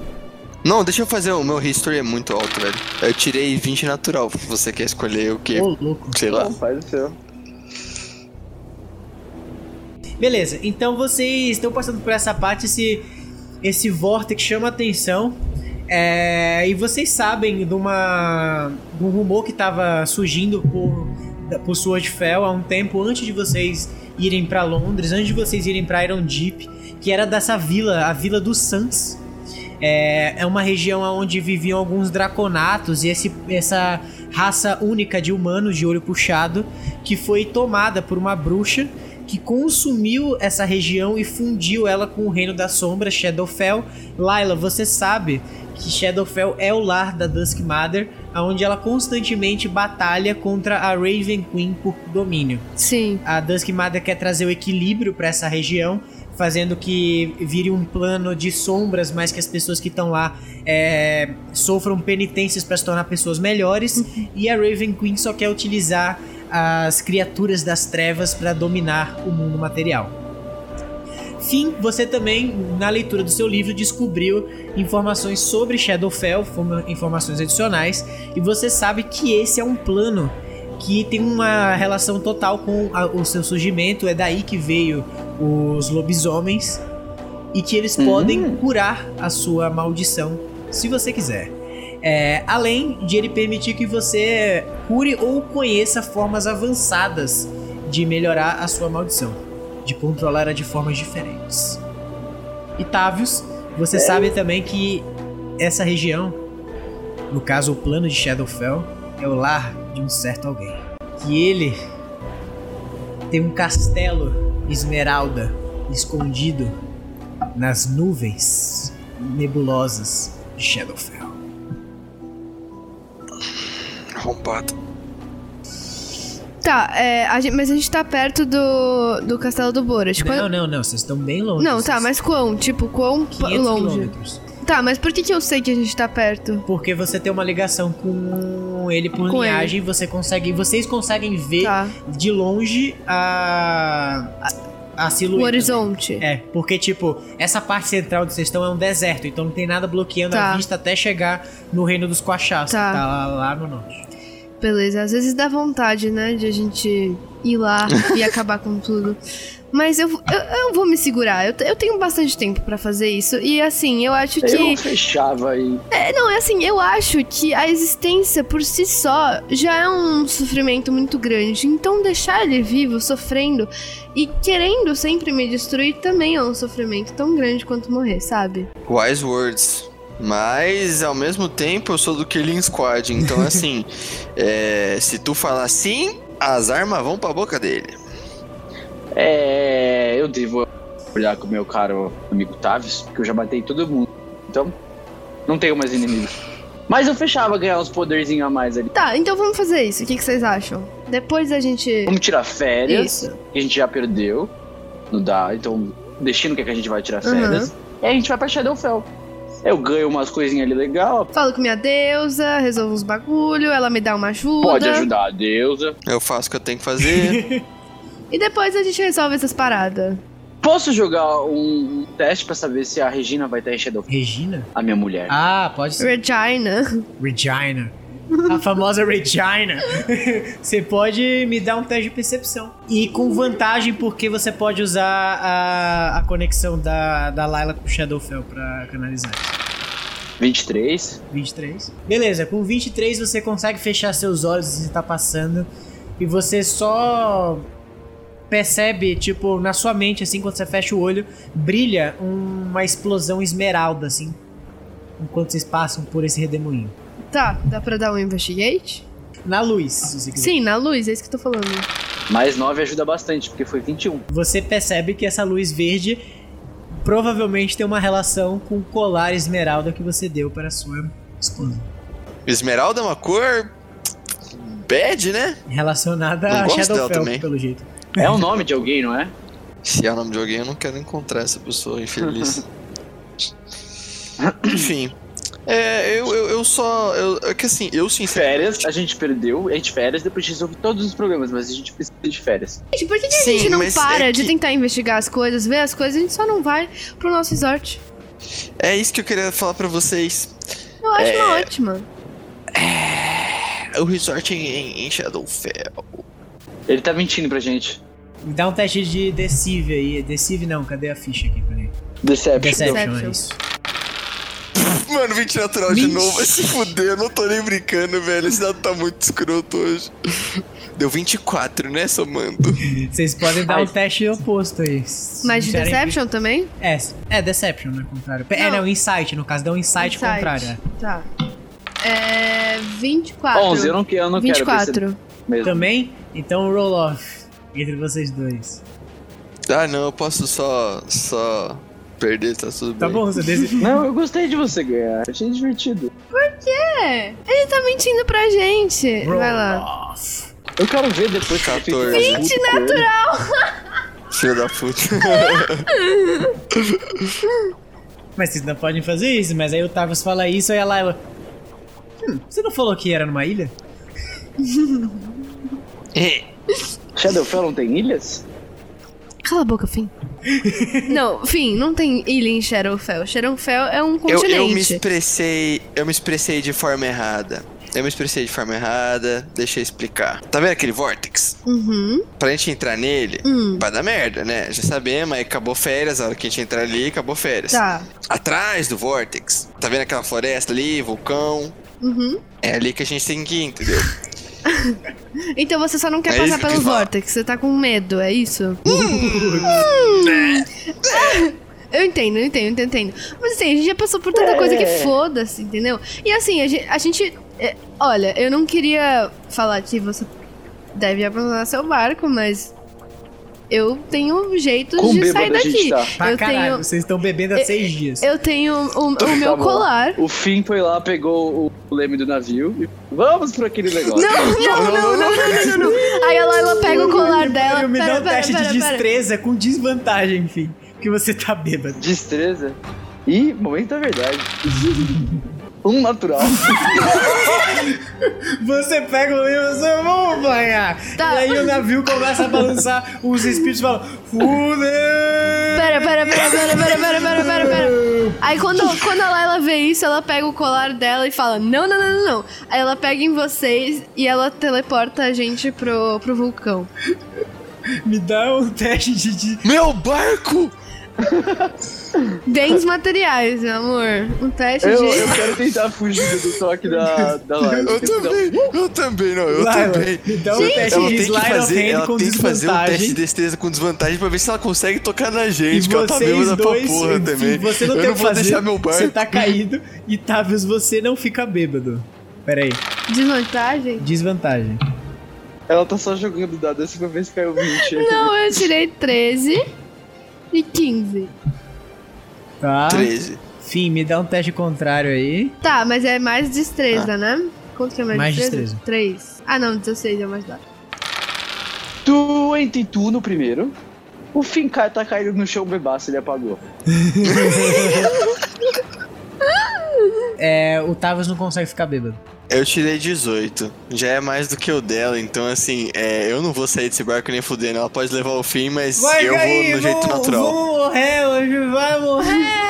B: Não, deixa eu fazer. O meu history é muito alto, velho. Eu tirei 20 natural. Você quer escolher o que?
A: Ô, louco.
B: Sei lá.
D: Não, faz o seu.
A: Beleza, então vocês estão passando por essa parte, esse, esse vórtice chama atenção. é, e vocês sabem de, uma, de um rumor que estava surgindo por, da- por Swordfell há um tempo antes de vocês irem para Londres, antes de vocês irem para Iron Deep, que era dessa vila, a Vila dos Suns. É, é uma região onde viviam alguns draconatos e esse, essa raça única de humanos de olho puxado que foi tomada por uma bruxa que consumiu essa região e fundiu ela com o Reino da Sombra, Shadowfell. Layla, você sabe que Shadowfell é o lar da Dusk Mother, onde ela constantemente batalha contra a Raven Queen por domínio.
C: Sim.
A: A Dusk Mother quer trazer o equilíbrio para essa região, fazendo que vire um plano de sombras, mas que as pessoas que estão lá é, sofram penitências para se tornar pessoas melhores. E a Raven Queen só quer utilizar as criaturas das trevas para dominar o mundo material. Fim, você também, na leitura do seu livro, descobriu informações sobre Shadowfell, forma- informações adicionais, e você sabe que esse é um plano que tem uma relação total com a- o seu surgimento, é daí que veio os lobisomens, e que eles
D: Hum.
A: podem curar a sua maldição, se você quiser. É, além de ele permitir que você cure ou conheça formas avançadas de melhorar a sua maldição de controlar ela de formas diferentes. E Tavius,
C: É.
A: você sabe também que essa região, no caso o plano de Shadowfell, é o lar de um certo alguém. Que ele tem um castelo esmeralda escondido nas nuvens nebulosas de Shadowfell.
B: Arrombado.
C: Tá, é, a gente- mas a gente tá perto do, do castelo do Borat.
A: Não,
C: Quan-
A: não, não, vocês estão bem longe.
C: é Não, tá,
A: vocês-
C: mas quão? Tipo, quão pa-
A: 500
C: longe?
A: quilômetros.
C: Tá, mas por que que eu sei que a gente tá perto?
A: Porque você tem uma ligação com ele por
C: Com
A: linhagem, você consegue, vocês conseguem ver
C: Tá,
A: de longe a a
C: o
A: silhueta.
C: horizonte.
A: É, porque tipo, essa parte central onde vocês estão é um deserto, então não tem nada bloqueando a
C: Tá.
A: vista até chegar no reino dos Quachás,
C: Tá.
A: que tá lá, lá no norte.
C: Beleza, às vezes dá vontade, né, de a gente ir lá e acabar com tudo. Mas eu, eu, eu vou me segurar, eu, te- eu tenho bastante tempo pra fazer isso. E assim, eu acho que.
D: Eu fechava aí.
C: É, não, é assim, eu acho que a existência por si só já é um sofrimento muito grande. Então deixar ele vivo, sofrendo e querendo sempre me destruir também é um sofrimento tão grande quanto morrer, sabe?
B: Wise words. Mas, ao mesmo tempo, eu sou do Killing Squad. Então, assim, é, se tu falar sim, as armas vão pra boca dele.
D: É, eu devo olhar com o meu caro amigo Tavis, porque eu já matei todo mundo. Então, não tenho mais inimigos. Mas eu fechava ganhar uns poderzinhos a mais ali.
C: Tá, então vamos fazer isso. O que, que vocês acham? Depois a gente.
D: Vamos tirar férias,
C: Isso.
D: que a gente já perdeu. Não dá, então o destino que é que a gente vai tirar
C: Uhum.
D: férias. E a gente vai pra Shadowfell. Eu ganho umas coisinhas ali legal.
C: Falo com minha deusa, resolvo uns bagulho, ela me dá uma ajuda.
D: Pode ajudar a deusa.
B: Eu faço o que eu tenho que fazer.
C: E depois a gente resolve essas paradas.
D: Posso jogar um um teste pra saber se a Regina vai estar em Shadow?
A: Regina?
D: A minha mulher.
A: Ah, pode ser.
C: Regina.
A: Regina. A famosa Regina. você pode me dar um teste de percepção. E com vantagem, porque você pode usar a, a conexão da, da Layla com o Shadowfell pra canalizar.
D: 23.
A: 23. Beleza, com 23 você consegue fechar seus olhos e você tá passando. E você só percebe, tipo, na sua mente, assim, quando você fecha o olho, brilha uma explosão esmeralda, assim. Enquanto vocês passam por esse redemoinho.
C: Tá, dá pra dar um investigate?
A: Na luz, se você quiser.
C: Sim, na luz, é isso que eu tô falando.
D: Mais 9 ajuda bastante, porque foi 21.
A: Você percebe que essa luz verde provavelmente tem uma relação com o colar esmeralda que você deu para a sua esposa.
B: Esmeralda é uma cor. Bad, né?
A: Relacionada
B: Não
A: a
B: gosto dela
A: Shadowfell,
B: também.
A: pelo jeito.
D: É o nome de alguém, não é?
B: Se é o nome de alguém, eu não quero encontrar essa pessoa infeliz. Enfim. É, eu, eu, eu só. Eu, é que assim, eu sinceramente.
D: Férias, a gente perdeu. A gente férias, depois a gente resolve todos os problemas, mas a gente precisa de férias.
C: Gente, por que, que a
B: Sim,
C: gente não
B: mas
C: para
B: é
C: de
B: que-
C: tentar investigar as coisas, ver as coisas, a gente só não vai pro nosso resort?
B: É isso que eu queria falar pra vocês.
C: Eu acho uma ótima.
B: O resort é em, em Shadowfell.
D: Ele tá mentindo pra gente.
A: Me dá um teste de Decive aí. Decive não, cadê a ficha aqui? Peraí.
D: Deception.
A: Deception, é
C: Deception.
A: isso.
B: Mano, 20 natural de
A: Mentira.
B: novo. Vai se fuder, eu não tô nem brincando, velho. Esse dado tá muito escroto hoje. Deu 24, né, somando?
A: Vocês podem dar
D: Ai.
A: um teste oposto aí. se
C: Mas de
A: quiserem.
C: Deception também?
A: É, é Deception, no contrário. É,
C: Não.
A: não, Insight, no caso, dá um Insight,
C: Insight.
A: contrário. é.
C: Tá. É. 24.
D: 11, eu não, eu não quero
C: 24.
D: perceber mesmo.
A: Também? Então, roll off entre vocês dois.
B: Ah, não, eu posso só. só. perder, tá tudo
A: Tá
B: bem.
A: bom, você desse...
D: Não, eu gostei de você ganhar. Achei divertido.
C: É, ele tá mentindo pra gente.
A: roll
C: Vai
B: ah,
C: lá.
A: off.
D: Eu quero ver depois que eu fico
B: 14.
D: puto
C: Gente,
D: com ele.
B: Filho da puta.
A: Mas vocês não podem fazer isso, mas aí o Tavos fala isso e a Layla. Hum, você não falou que era numa ilha?
C: É,
D: Shadowfell não tem ilhas?
C: Cala a boca, Fim. não, Fim, não tem ilha em Shadowfell. Shadowfell é um
B: eu,
C: continente.
B: eu me expressei. Eu me expressei de forma errada. Eu me expressei de forma errada, deixa eu explicar. Tá vendo aquele Vortex?
C: Uhum.
B: Pra gente entrar nele,
C: Hum.
B: vai dar merda, né? Já sabemos, aí acabou férias, a hora que a gente entrar ali, acabou férias.
C: Tá.
B: Atrás do Vortex, tá vendo aquela floresta ali, vulcão?
C: Uhum.
B: É ali que a gente tem que ir, entendeu?
C: Então você só não quer
B: É
C: passar
B: isso que
C: pelo
B: fala.
C: Vortex, você tá com medo, é isso? Hum. Eu entendo, eu entendo, eu entendo. Mas assim, a gente já passou por tanta coisa que foda-se, entendeu? E assim, a gente. a gente- é, olha, eu não queria falar que você deve abandonar seu barco, mas. Eu tenho jeitos
D: Com
C: de
D: bêbado
C: sair
D: a
C: daqui.
D: gente tá.
A: Pra
C: eu,
A: caralho,
C: tenho,
A: vocês estão bebendo há seis dias.
C: eu tenho o, o
D: Tá
C: meu
D: bom.
C: colar.
D: O Finn foi lá, pegou o leme do navio e vamos pra aquele negócio.
C: Não, não, não, não, não, não, não. Aí a Laila pega o colar dela.
A: me dá
C: pera,
A: um
C: pera,
A: teste
C: pera,
A: de
C: pera.
A: destreza com desvantagem, enfim. Porque você tá bêbado.
D: Destreza. Ih, momento da verdade. Um natural.
A: Você pega o livro e você vamos banhar.
C: Tá.
A: E aí o navio começa a balançar, os espíritos falam: Fudeu!
C: Pera, pera, pera, pera, pera, pera, pera, pera, pera. Aí quando, quando a Laila vê isso, ela pega o colar dela e fala: Não, não, não, não, não. Aí ela pega em vocês e ela teleporta a gente pro, pro vulcão.
A: Me dá um teste de. de-
B: Meu barco!
C: Bens materiais, meu amor. Um teste
D: Eu,
C: de.
D: eu quero tentar fugir do toque da, da live.
B: Eu também, eu também, não, eu
A: Layla,
B: também.
A: me dá um teste
B: Ela
A: de
B: tem que
A: slide of
B: fazer,
A: hand
B: ela
A: com
B: tem que fazer um teste
A: desvantagem.
B: de destreza com desvantagem pra ver se ela consegue tocar na
A: E
B: gente, que ela tá
A: vocês
B: bêbada
A: dois,
B: pra porra
A: enfim,
B: também.
A: você não
B: eu
A: tem
B: não
A: o que
B: vou
A: fazer,
B: deixar meu barco.
A: você tá caído e Tavius, você não fica bêbado. Pera aí,
C: Desvantagem?
A: desvantagem.
D: Ela tá só jogando dado essa pra ver se caiu 20.
C: Não, eu tirei 13 e 15.
A: Tá?
B: 13.
A: Fim, me dá um teste contrário aí.
C: Tá, mas é mais destreza, né? Quanto que é mais,
A: Mais
C: destreza? 3. Ah, não, 16 é o mais dado.
D: Tu entra em tu no primeiro. O Finn cai- tá caindo no chão bebaço, ele apagou.
A: É, o Tavius não consegue ficar bêbado.
B: Eu tirei 18. Já é mais do que o dela, então assim, é, eu não vou sair desse barco nem fudendo. Ela pode levar o fim, mas eu vou no jeito natural.
A: Vamos morrer hoje, vai morrer.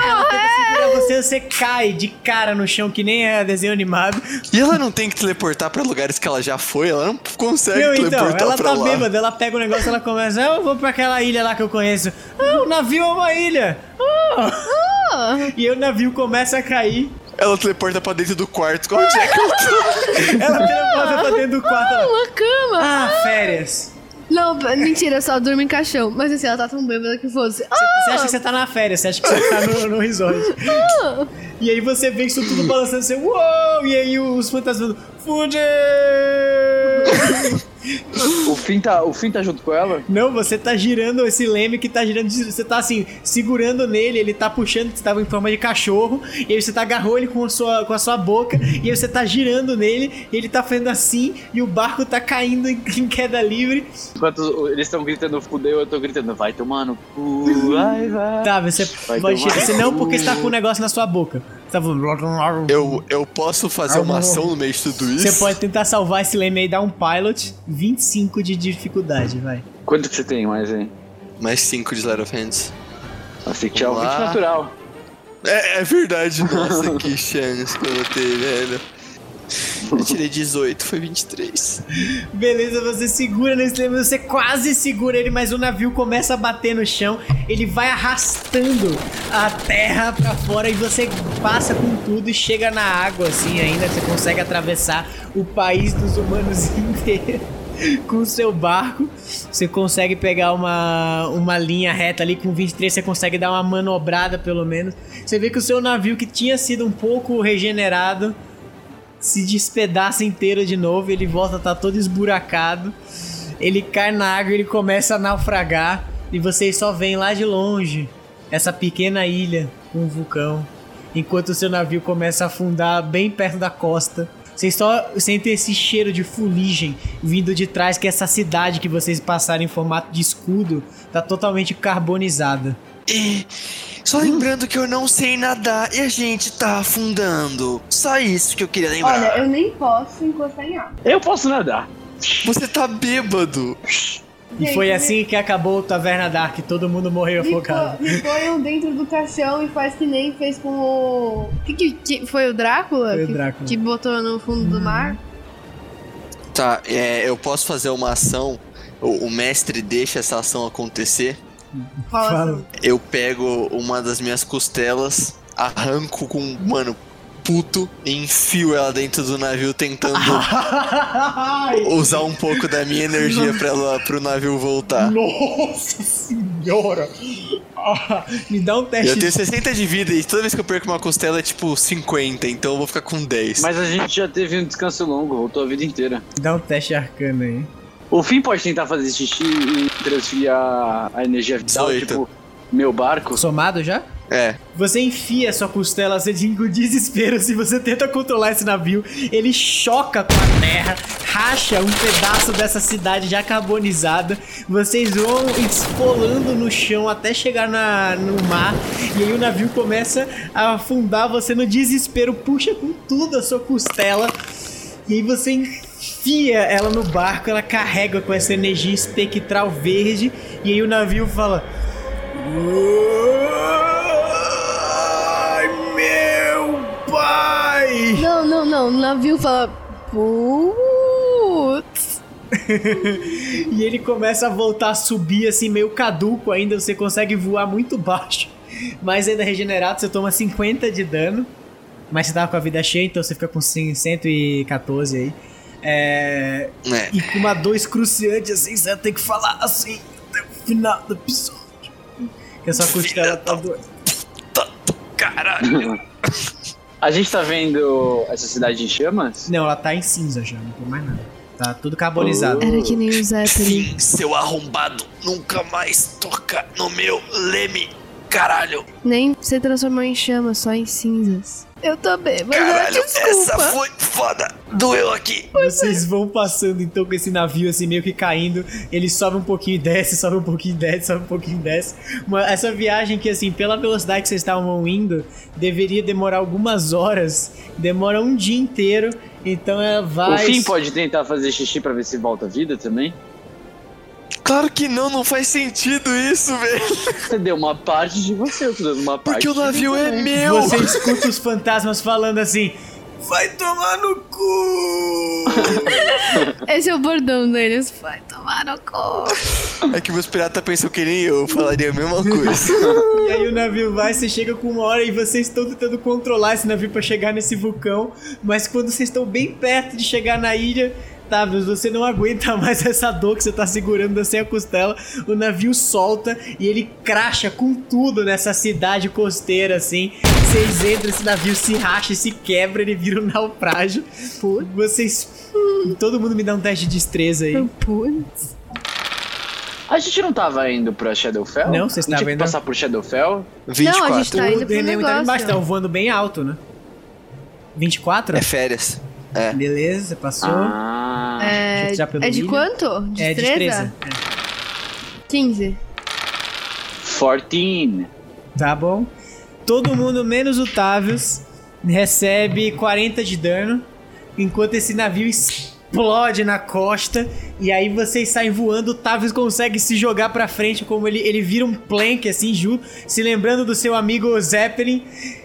A: Ela tenta
C: assim,
A: segurar você, você cai de cara no chão que nem é desenho animado.
B: E ela não tem que teleportar pra lugares que ela já foi, ela não consegue
A: Meu, então,
B: teleportar
A: ela
B: é pra
A: tá
B: lá.
A: bêbada, ela pega o negócio, ela começa, "Ah, eu vou pra aquela ilha lá que eu conheço. Ah, o navio é uma ilha. Ah. E aí o navio começa a cair.
B: Ela teleporta pra dentro do quarto. Onde é que eu tô?
A: Ela teleporta pra dentro do quarto. ela,
C: Uma cama!
A: Ah, férias.
C: Não, mentira, eu só durmo em caixão. Mas assim, ela tá tão bêbada que fosse. Ah,
A: Você acha que você tá na férias, você acha que você tá no, no resort. E aí você vê isso tudo balançando, você, uou! E aí os fantasmas, fude!
D: O Finn tá, o Finn tá junto com ela?
A: Não, você tá girando esse leme que tá girando, você tá assim, segurando nele, ele tá puxando, você tava em forma de cachorro, e aí você tá agarrou ele com a sua, com a sua boca, e aí você tá girando nele, e ele tá fazendo assim, e o barco tá caindo em, em queda livre.
D: Enquanto eles estão gritando fudeu, eu tô gritando vai tomar no cu, vai, vai.
A: Tá, você
D: Vai
A: pode
D: tomar
A: girar, você não,
D: no
A: porque você tá
D: cu.
A: com um negócio na sua boca. Você tá falando.
B: Eu, eu posso fazer uma ação no meio de tudo isso?
A: Ah, Você pode tentar salvar esse leme aí, dar um pilot, 25 de dificuldade, vai.
D: Quanto que você tem mais aí?
B: Mais 5 de Light of Hands.
D: Nossa, que é um
B: Vamos lá.
D: 20 natural.
B: É, é verdade. Nossa, que chance que eu botei, velho. Eu tirei 18, foi 23.
A: Beleza, você segura nesse leme, você quase segura ele, mas o navio começa a bater no chão, ele vai arrastando a terra pra fora e você passa com tudo e chega na água assim ainda, você consegue atravessar o país dos humanos inteiro. Com o seu barco, você consegue pegar uma, uma linha reta ali. Com 23, você consegue dar uma manobrada pelo menos. Você vê que o seu navio, que tinha sido um pouco regenerado, se despedaça inteiro de novo, ele volta a estar todo esburacado, ele cai na água, ele começa a naufragar, e vocês só veem lá de longe essa pequena ilha com um vulcão, enquanto o seu navio começa a afundar bem perto da costa. Vocês só sentem esse cheiro de fuligem vindo de trás, que é essa cidade que vocês passaram em formato de escudo tá totalmente carbonizada.
B: E só
A: Hum.
B: lembrando que eu não sei nadar e a gente tá afundando. Só isso que eu queria lembrar.
E: Olha, eu nem posso encostar em água.
D: Eu posso nadar.
B: Você tá bêbado.
A: E
E: Gente,
A: foi
E: me-
A: assim que acabou o Taverna Dark, todo mundo morreu
E: Me,
A: afogado.
E: po- me ponham dentro do caixão e faz que nem fez com o.
C: que, que, que foi o Drácula?
A: Foi o
C: que,
A: Drácula.
C: que botou no fundo do mar?
B: Tá, é, eu posso fazer uma ação. O, o mestre deixa essa ação acontecer.
C: Qual
A: Hum, Fala.
C: assim?
B: Eu pego uma das minhas costelas, arranco com, um mano, puto, e enfio ela dentro do navio tentando usar um pouco da minha energia pra ela, pro navio voltar.
A: Nossa senhora! Ah, me dá um teste.
B: Eu tenho 60 de vida e toda vez que eu perco uma costela é tipo 50, então eu vou ficar com 10.
D: Mas a gente já teve um descanso longo, voltou a vida inteira.
A: Me dá um teste arcano aí.
D: O Finn pode tentar fazer xixi e transferir a, a energia vital,
B: 18.
D: tipo, meu barco.
A: Somado já?
B: É.
A: Você enfia sua costela, você diga o desespero se você tenta controlar esse navio. Ele choca com a terra, racha um pedaço dessa cidade já carbonizada. Vocês vão esfolando no chão até chegar na, no mar. E aí o navio começa a afundar. Você no desespero puxa com tudo a sua costela. E aí você enfia ela no barco, ela carrega com essa energia espectral verde. E aí o navio fala. Ai, meu pai!
C: Não, não, não. O navio fala. Putz.
A: E ele começa a voltar a subir, assim, meio caduco ainda. Você consegue voar muito baixo, mas ainda regenerado. Você toma 50 de dano, mas você tava com a vida cheia, então você fica com 100 114 aí. É,
B: É.
A: E com uma dois cruciante, assim, você tem que falar assim até o final do episódio. Que a sua costela tá doendo.
B: Caralho.
D: A gente tá vendo essa cidade em chamas?
A: Não, ela tá em cinza já, não tem mais nada. Tá tudo carbonizado.
C: Era que nem o Zeppelin.
B: Fim, seu arrombado, nunca mais toca no meu leme. Caralho,
C: Nem se transformou em chama, só em cinzas. Eu tô bêbada.
B: caralho,
C: é Desculpa.
B: essa foi foda! Doeu aqui!
A: Vocês vão passando então com esse navio assim meio que caindo, ele sobe um pouquinho e desce, sobe um pouquinho e desce, sobe um pouquinho e desce. Uma- essa viagem que assim, pela velocidade que vocês estavam indo, deveria demorar algumas horas, demora um dia inteiro, então ela vai...
D: O Fim pode tentar fazer xixi pra ver se volta à vida também.
B: Claro que não, não faz sentido isso, velho.
D: Você deu uma parte de você, eu tô dando uma parte.
B: Porque o navio é meu.
A: Você escuta os fantasmas falando assim, vai tomar no cu!
C: Esse é o bordão deles. Vai tomar no cu.
B: É que meus piratas pensam que nem eu falaria a mesma coisa.
A: E aí o navio vai, você chega com uma hora e vocês estão tentando controlar esse navio pra chegar nesse vulcão, mas quando vocês estão bem perto de chegar na ilha, tá, você não aguenta mais essa dor que você tá segurando assim a costela, o navio solta e ele cracha com tudo nessa cidade costeira assim. Vocês entram, esse navio se racha, se quebra, ele vira um naufrágio. Vocês todo mundo me dá um teste de destreza aí.
C: Putz.
D: A gente não tava indo pra Shadowfell?
A: Não, vocês
D: A gente tinha
A: estavam
D: que
A: indo-
D: passar por Shadowfell?
C: Não, a gente
B: 24.
C: tá indo
A: O
C: pro
A: Denemo tá
C: negócio.
A: embaixo, tá voando bem alto, né?
C: tá-
A: 24?
B: É férias.
A: Beleza, você passou.
D: Ah.
A: Deixa eu
C: É,
A: tirar pelo
C: é de
A: milho.
C: quanto?
A: é
C: Destreza? 15.
D: 14.
A: É. Tá bom. Todo mundo, menos o Tavius, recebe 40 de dano, enquanto esse navio explode na costa, e aí vocês saem voando, o Tavius consegue se jogar pra frente, como ele, ele vira um plank, assim, junto, se lembrando do seu amigo Zeppelin,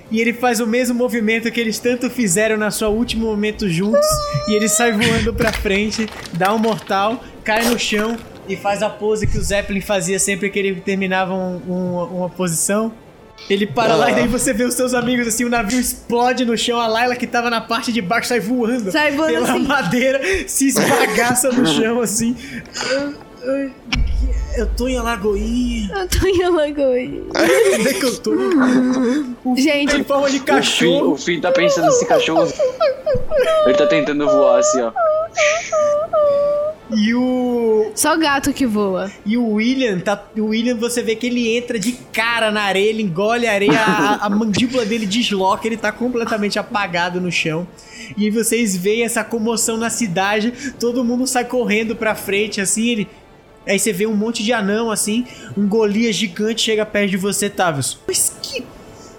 A: e ele faz o mesmo movimento que eles tanto fizeram na sua último momento juntos, e ele sai voando pra frente, dá um mortal, cai no chão e faz a pose que o Zeppelin fazia sempre que ele terminava um- um- uma posição. Ele para lá e daí você vê os seus amigos assim, o navio explode no chão, a Layla que tava na parte de baixo sai voando
C: Sai voando
A: pela
C: assim.
A: madeira, se esbagaça no chão assim. Eu- eu- Eu tô em Alagoinha,
C: Eu tô em Alagoas.
A: onde é que eu tô? Tem
C: Gente,
A: forma de
D: Finn-
A: cachorro.
D: O Finn tá pensando nesse cachorro. Ele tá tentando voar assim, ó.
A: E o
C: só gato que voa.
A: E o William, tá, o William, você vê que ele entra de cara na areia, ele engole a areia, a, a mandíbula dele desloca, ele tá completamente apagado no chão. E aí vocês veem essa comoção na cidade, todo mundo sai correndo pra frente, assim, ele. Aí você vê um monte de anão, assim, um Golias gigante chega perto de você, Tavius. Mas que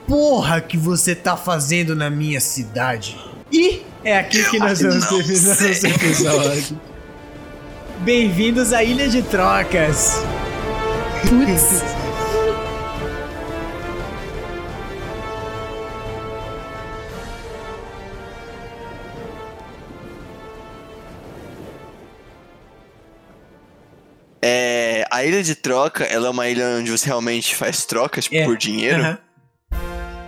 A: porra que você tá fazendo na minha cidade? E é aqui que nós vamos terminar esse episódio. Bem-vindos à Ilha de Trocas.
C: Putz.
B: É, a ilha de troca, ela é uma ilha onde você realmente faz trocas tipo,
A: É.
B: por dinheiro.
A: Aham.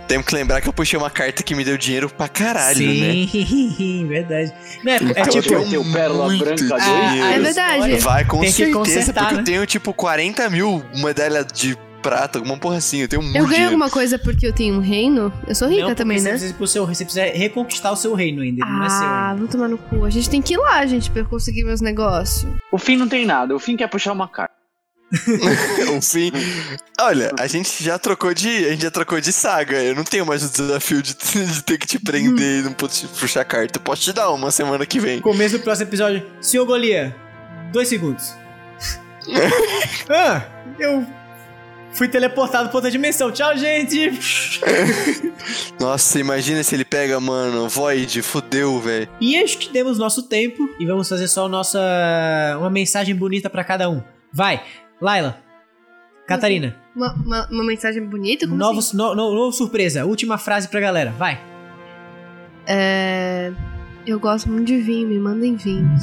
B: Temos que lembrar que eu puxei uma carta que me deu dinheiro pra caralho, né?
A: Sim, verdade. Né, é
B: Então,
A: tipo,
B: eu
D: tem o Pérola
B: muito
D: Branca dois.
B: dinheiro.
A: Ah,
C: É verdade.
B: Vai, com
A: Tem que
B: certeza,
A: consertar,
B: porque
A: né?
B: eu tenho tipo 40 mil medalha de prata, alguma porra assim, eu tenho muito
C: Eu ganho
B: dinheiro.
C: alguma coisa porque eu tenho um reino? Eu sou rica
A: não, porque
C: também,
A: você
C: né?
A: Precisa, pro seu- você precisa reconquistar o seu reino ainda, ele não é seu.
C: Ah,
A: ainda.
C: vou tomar no cu. A gente tem que ir lá, gente, pra eu conseguir meus negócios.
D: O Finn não tem nada, o Finn quer puxar uma carta.
B: Um fim. Olha, a gente já trocou de. A gente já trocou de saga. Eu não tenho mais o desafio de, de ter que te prender e não poder te puxar carta. Eu posso te dar uma semana que vem.
A: Começo do próximo episódio. Senhor Golia, dois segundos. ah, eu fui teleportado pra outra dimensão. Tchau, gente!
B: Nossa, imagina se ele pega, mano. Void, fudeu, velho.
A: E acho que demos nosso tempo e vamos fazer só nossa uma mensagem bonita pra cada um. Vai, Laila, Catarina,
C: Uma, uma- uma mensagem bonita? Como assim?
A: novos, no, no- novo surpresa, última frase pra galera, vai.
C: É... Eu gosto muito de vinho, me mandem vinhos.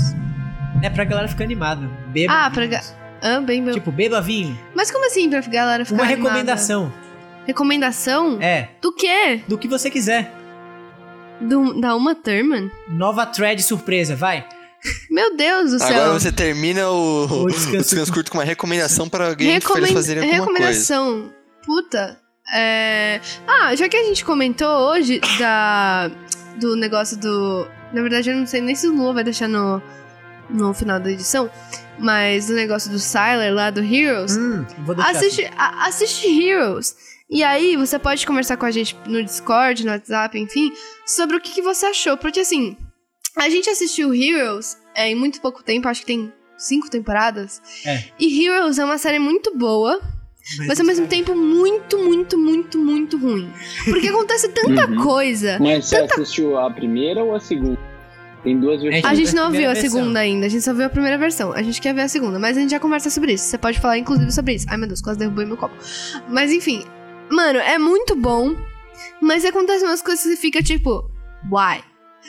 A: É pra galera ficar animada. Beba.
C: Ah,
A: vinhos.
C: pra ga- Ah, bem, meu.
A: Tipo, beba vinho.
C: Mas como assim pra galera ficar
A: Uma
C: animada?
A: recomendação.
C: Recomendação?
A: É.
C: Do quê?
A: Do que você quiser.
C: Do, da Uma Thurman?
A: Nova thread surpresa, vai.
C: Meu Deus do
B: Agora
C: céu.
B: você termina o,
A: O
B: o
A: descanso
B: descanso, curto com uma recomendação pra alguém pra eles
C: Recomen-
B: fazerem alguma coisa.
C: recomendação. Puta. É... Ah, já que a gente comentou hoje da... do negócio do. Na verdade, eu não sei nem se o Lua vai deixar no, no final da edição. Mas do negócio do Siler lá do Heroes.
A: Hum, vou deixar.
C: assiste, a- assiste Heroes. E aí, você pode conversar com a gente no Discord, no WhatsApp, enfim, sobre o que, que você achou. Porque assim, A gente assistiu Heroes é, em muito pouco tempo, acho que tem cinco temporadas.
A: É.
C: E Heroes é uma série muito boa,
A: assim,
C: mas ao mesmo tempo muito, muito, muito, muito ruim. Porque acontece tanta
D: Uhum.
C: coisa.
D: Mas você assistiu a primeira ou a segunda? Tem duas vezes.
A: É,
C: A gente não viu
A: Primeira
C: a
A: versão.
C: segunda ainda, a gente só viu a primeira versão. A gente quer ver a segunda, mas a gente já conversa sobre isso. Você pode falar, inclusive, sobre isso. Ai, meu Deus, quase derrubei meu copo. Mas enfim, mano, é muito bom, mas acontecem umas coisas que você fica tipo, why?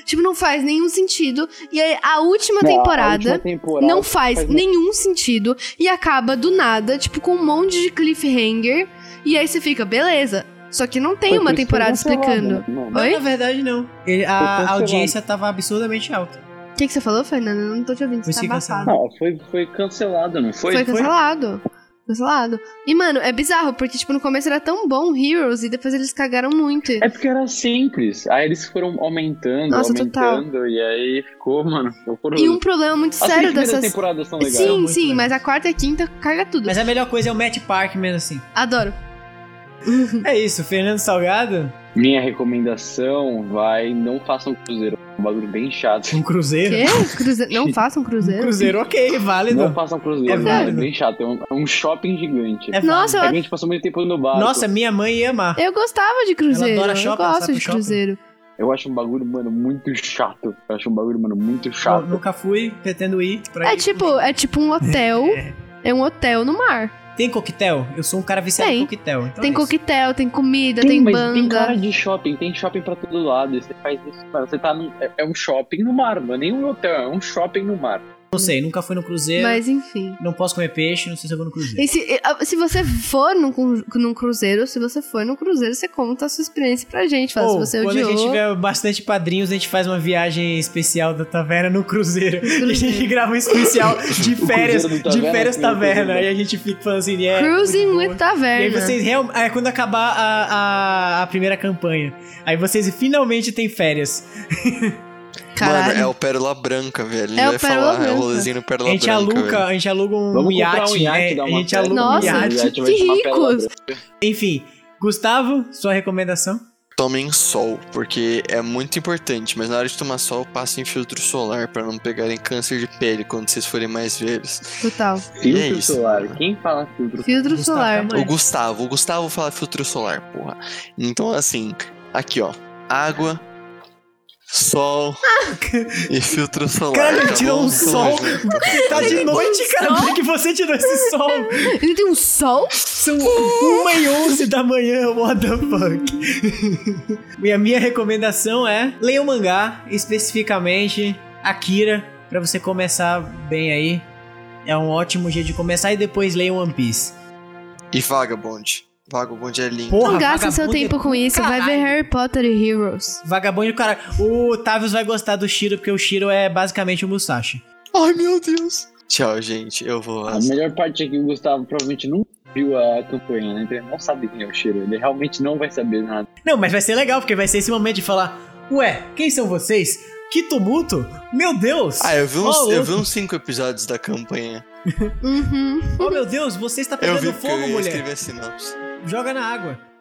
C: Tipo, não faz nenhum sentido. E aí, a última temporada. Não faz
D: faz
C: nenhum sentido e acaba do nada, tipo, com um monte de cliffhanger. E aí você fica, beleza. Só que não né? tem uma temporada explicando.
A: Não,
C: Oi?
A: na verdade, não. Ele-
D: cancelado.
A: a audiência tava absurdamente alta.
C: O que, que você falou, Fernanda? Eu não tô te ouvindo,
A: Foi
C: você tá
A: sim
C: abafado.
A: cancelado.
D: Não, Ah, foi, foi cancelado, não foi?
C: Foi, cancelado. Cancelado. E, mano, é bizarro, porque, tipo, no começo era tão bom Heroes e depois eles cagaram muito.
D: É porque era simples. Aí eles foram aumentando,
C: Nossa,
D: aumentando, e aí ficou, mano, horroroso.
C: E um problema muito
D: As
C: sério
D: três primeiras
C: dessas.
D: temporadas são legais.
A: São
C: Sim,
A: muito
C: sim,
A: legais.
C: mas a quarta e a quinta caga tudo.
A: Mas a melhor coisa é o Matt Parkman, assim.
C: Adoro.
A: É isso, Fernando Salgado,
D: Minha recomendação vai, não façam cruzeiro. É um bagulho bem chato.
A: um cruzeiro.
C: Quê? Cruzeiro. Não façam
A: Um
C: cruzeiro.
A: cruzeiro, ok, válido.
D: Não façam cruzeiro,
A: É
D: é, é
A: válido.
D: bem chato. É um, é um shopping gigante.
A: É válido.
C: Nossa, eu
D: É que a gente passou muito tempo no barco.
A: Nossa, minha mãe ia amar.
C: Eu gostava de cruzeiro.
A: adora
C: Eu
A: shopping, ela
C: gosto
A: vai
C: de
A: pro shopping.
C: cruzeiro.
D: Eu acho um bagulho, mano, muito chato. Eu acho um bagulho, mano, muito
A: Eu
D: chato.
A: nunca fui, pretendo ir. pra
C: É
A: ir.
C: tipo, é tipo um hotel. É um hotel no mar.
A: Tem coquetel? Eu sou um cara viciado em
C: Tem.
A: coquetel. Então
C: tem
A: é isso.
C: coquetel, tem comida,
D: Tem,
C: tem,
D: mas
C: banda.
D: tem cara de shopping, tem shopping pra todo lado. e Você faz isso, mano. Você tá num, é, é um shopping no mar, mano. Nem um hotel, é um shopping no mar.
A: Não sei, nunca fui no cruzeiro.
C: Mas enfim.
A: Não posso comer peixe, não sei se eu vou no cruzeiro.
C: E se, e, ah, se você for num, cru- num cruzeiro, se você for num cruzeiro, você conta a sua experiência pra gente. Fala
A: Ou,
C: se você é
A: quando
C: odiou.
A: a gente tiver bastante padrinhos, a gente faz uma viagem especial da taverna no cruzeiro. E a gente grava um especial de
D: O
A: férias,
D: cruzeiro do
A: de férias
D: taverna, sim, o cruzeiro né?
A: taverna.
D: do-
A: E a gente fica falando assim, é...
C: Cruising
A: muito
C: with
A: bom. E
C: Taverna.
A: aí vocês real... é quando acabar a, a, a primeira campanha. Aí vocês finalmente têm férias.
C: Caralho.
B: Mano, é o Pérola Branca, velho.
C: É
B: Eu
C: o
B: ia falar,
C: Pérola
B: é o
C: Branca.
B: rolezinho no Pérola
A: a gente
B: Branca.
A: aluga,
B: velho.
A: a gente aluga um
D: Vamos comprar
A: iate.
D: um iate,
A: é,
D: dar
A: a
D: uma
A: gente
D: festa.
A: aluga
C: Nossa,
A: um iate.
C: gente.
D: vai
C: que
D: chamar Pérola
C: ricos.
D: Branca.
A: Enfim, Gustavo, sua recomendação?
B: Tomem sol, porque é muito importante, mas na hora de tomar sol, passem filtro solar pra não pegarem câncer de pele quando vocês forem mais velhos.
C: Total.
D: Filtro
B: é isso,
D: solar.
B: mano.
D: Quem fala filtro
C: Filtro
A: Gustavo tá
C: solar.
A: Camargo.
B: O Gustavo, o Gustavo fala filtro solar, porra. Então, assim, aqui ó: água, sol e filtro solar.
A: Caralho, ele
B: tá
A: tirou
B: bom?
A: um
B: Então,
A: sol.
B: gente,
A: Tá de noite, cara. Por que você tirou esse sol?
C: Ele tem um sol?
A: São 1 e 11 da manhã, what the fuck? e a minha recomendação é leia o mangá, especificamente Akira, pra você começar bem aí. É um ótimo jeito de começar e depois leia One Piece.
B: E vagabonde. Vagabonde é lindo.
A: Porra,
C: não gasta seu
A: vagabundo é-
C: tempo com isso. Vai ver
A: Caralho.
C: Harry Potter e Heroes.
A: Vagabundo, cara. O Tavius vai gostar do Shiro, porque o Shiro é basicamente o Musashi.
B: Ai, meu Deus. Tchau, gente. Eu vou.
D: A melhor parte é que o Gustavo provavelmente não viu a campanha, né? Então ele não sabe quem é o Shiro. Ele realmente não vai saber nada.
A: Não, mas vai ser legal, porque vai ser esse momento de falar: Ué, quem são vocês? Que tumulto? Meu Deus!
B: Ah, eu vi, uns,
A: Ó,
B: eu
A: louco.
B: vi uns cinco episódios da campanha.
C: Uhum.
A: Oh meu Deus, você está
B: Eu
A: pegando
B: vi porque
A: fogo,
B: eu
A: mulher.
B: escrevi a sinopse.
A: Joga na água.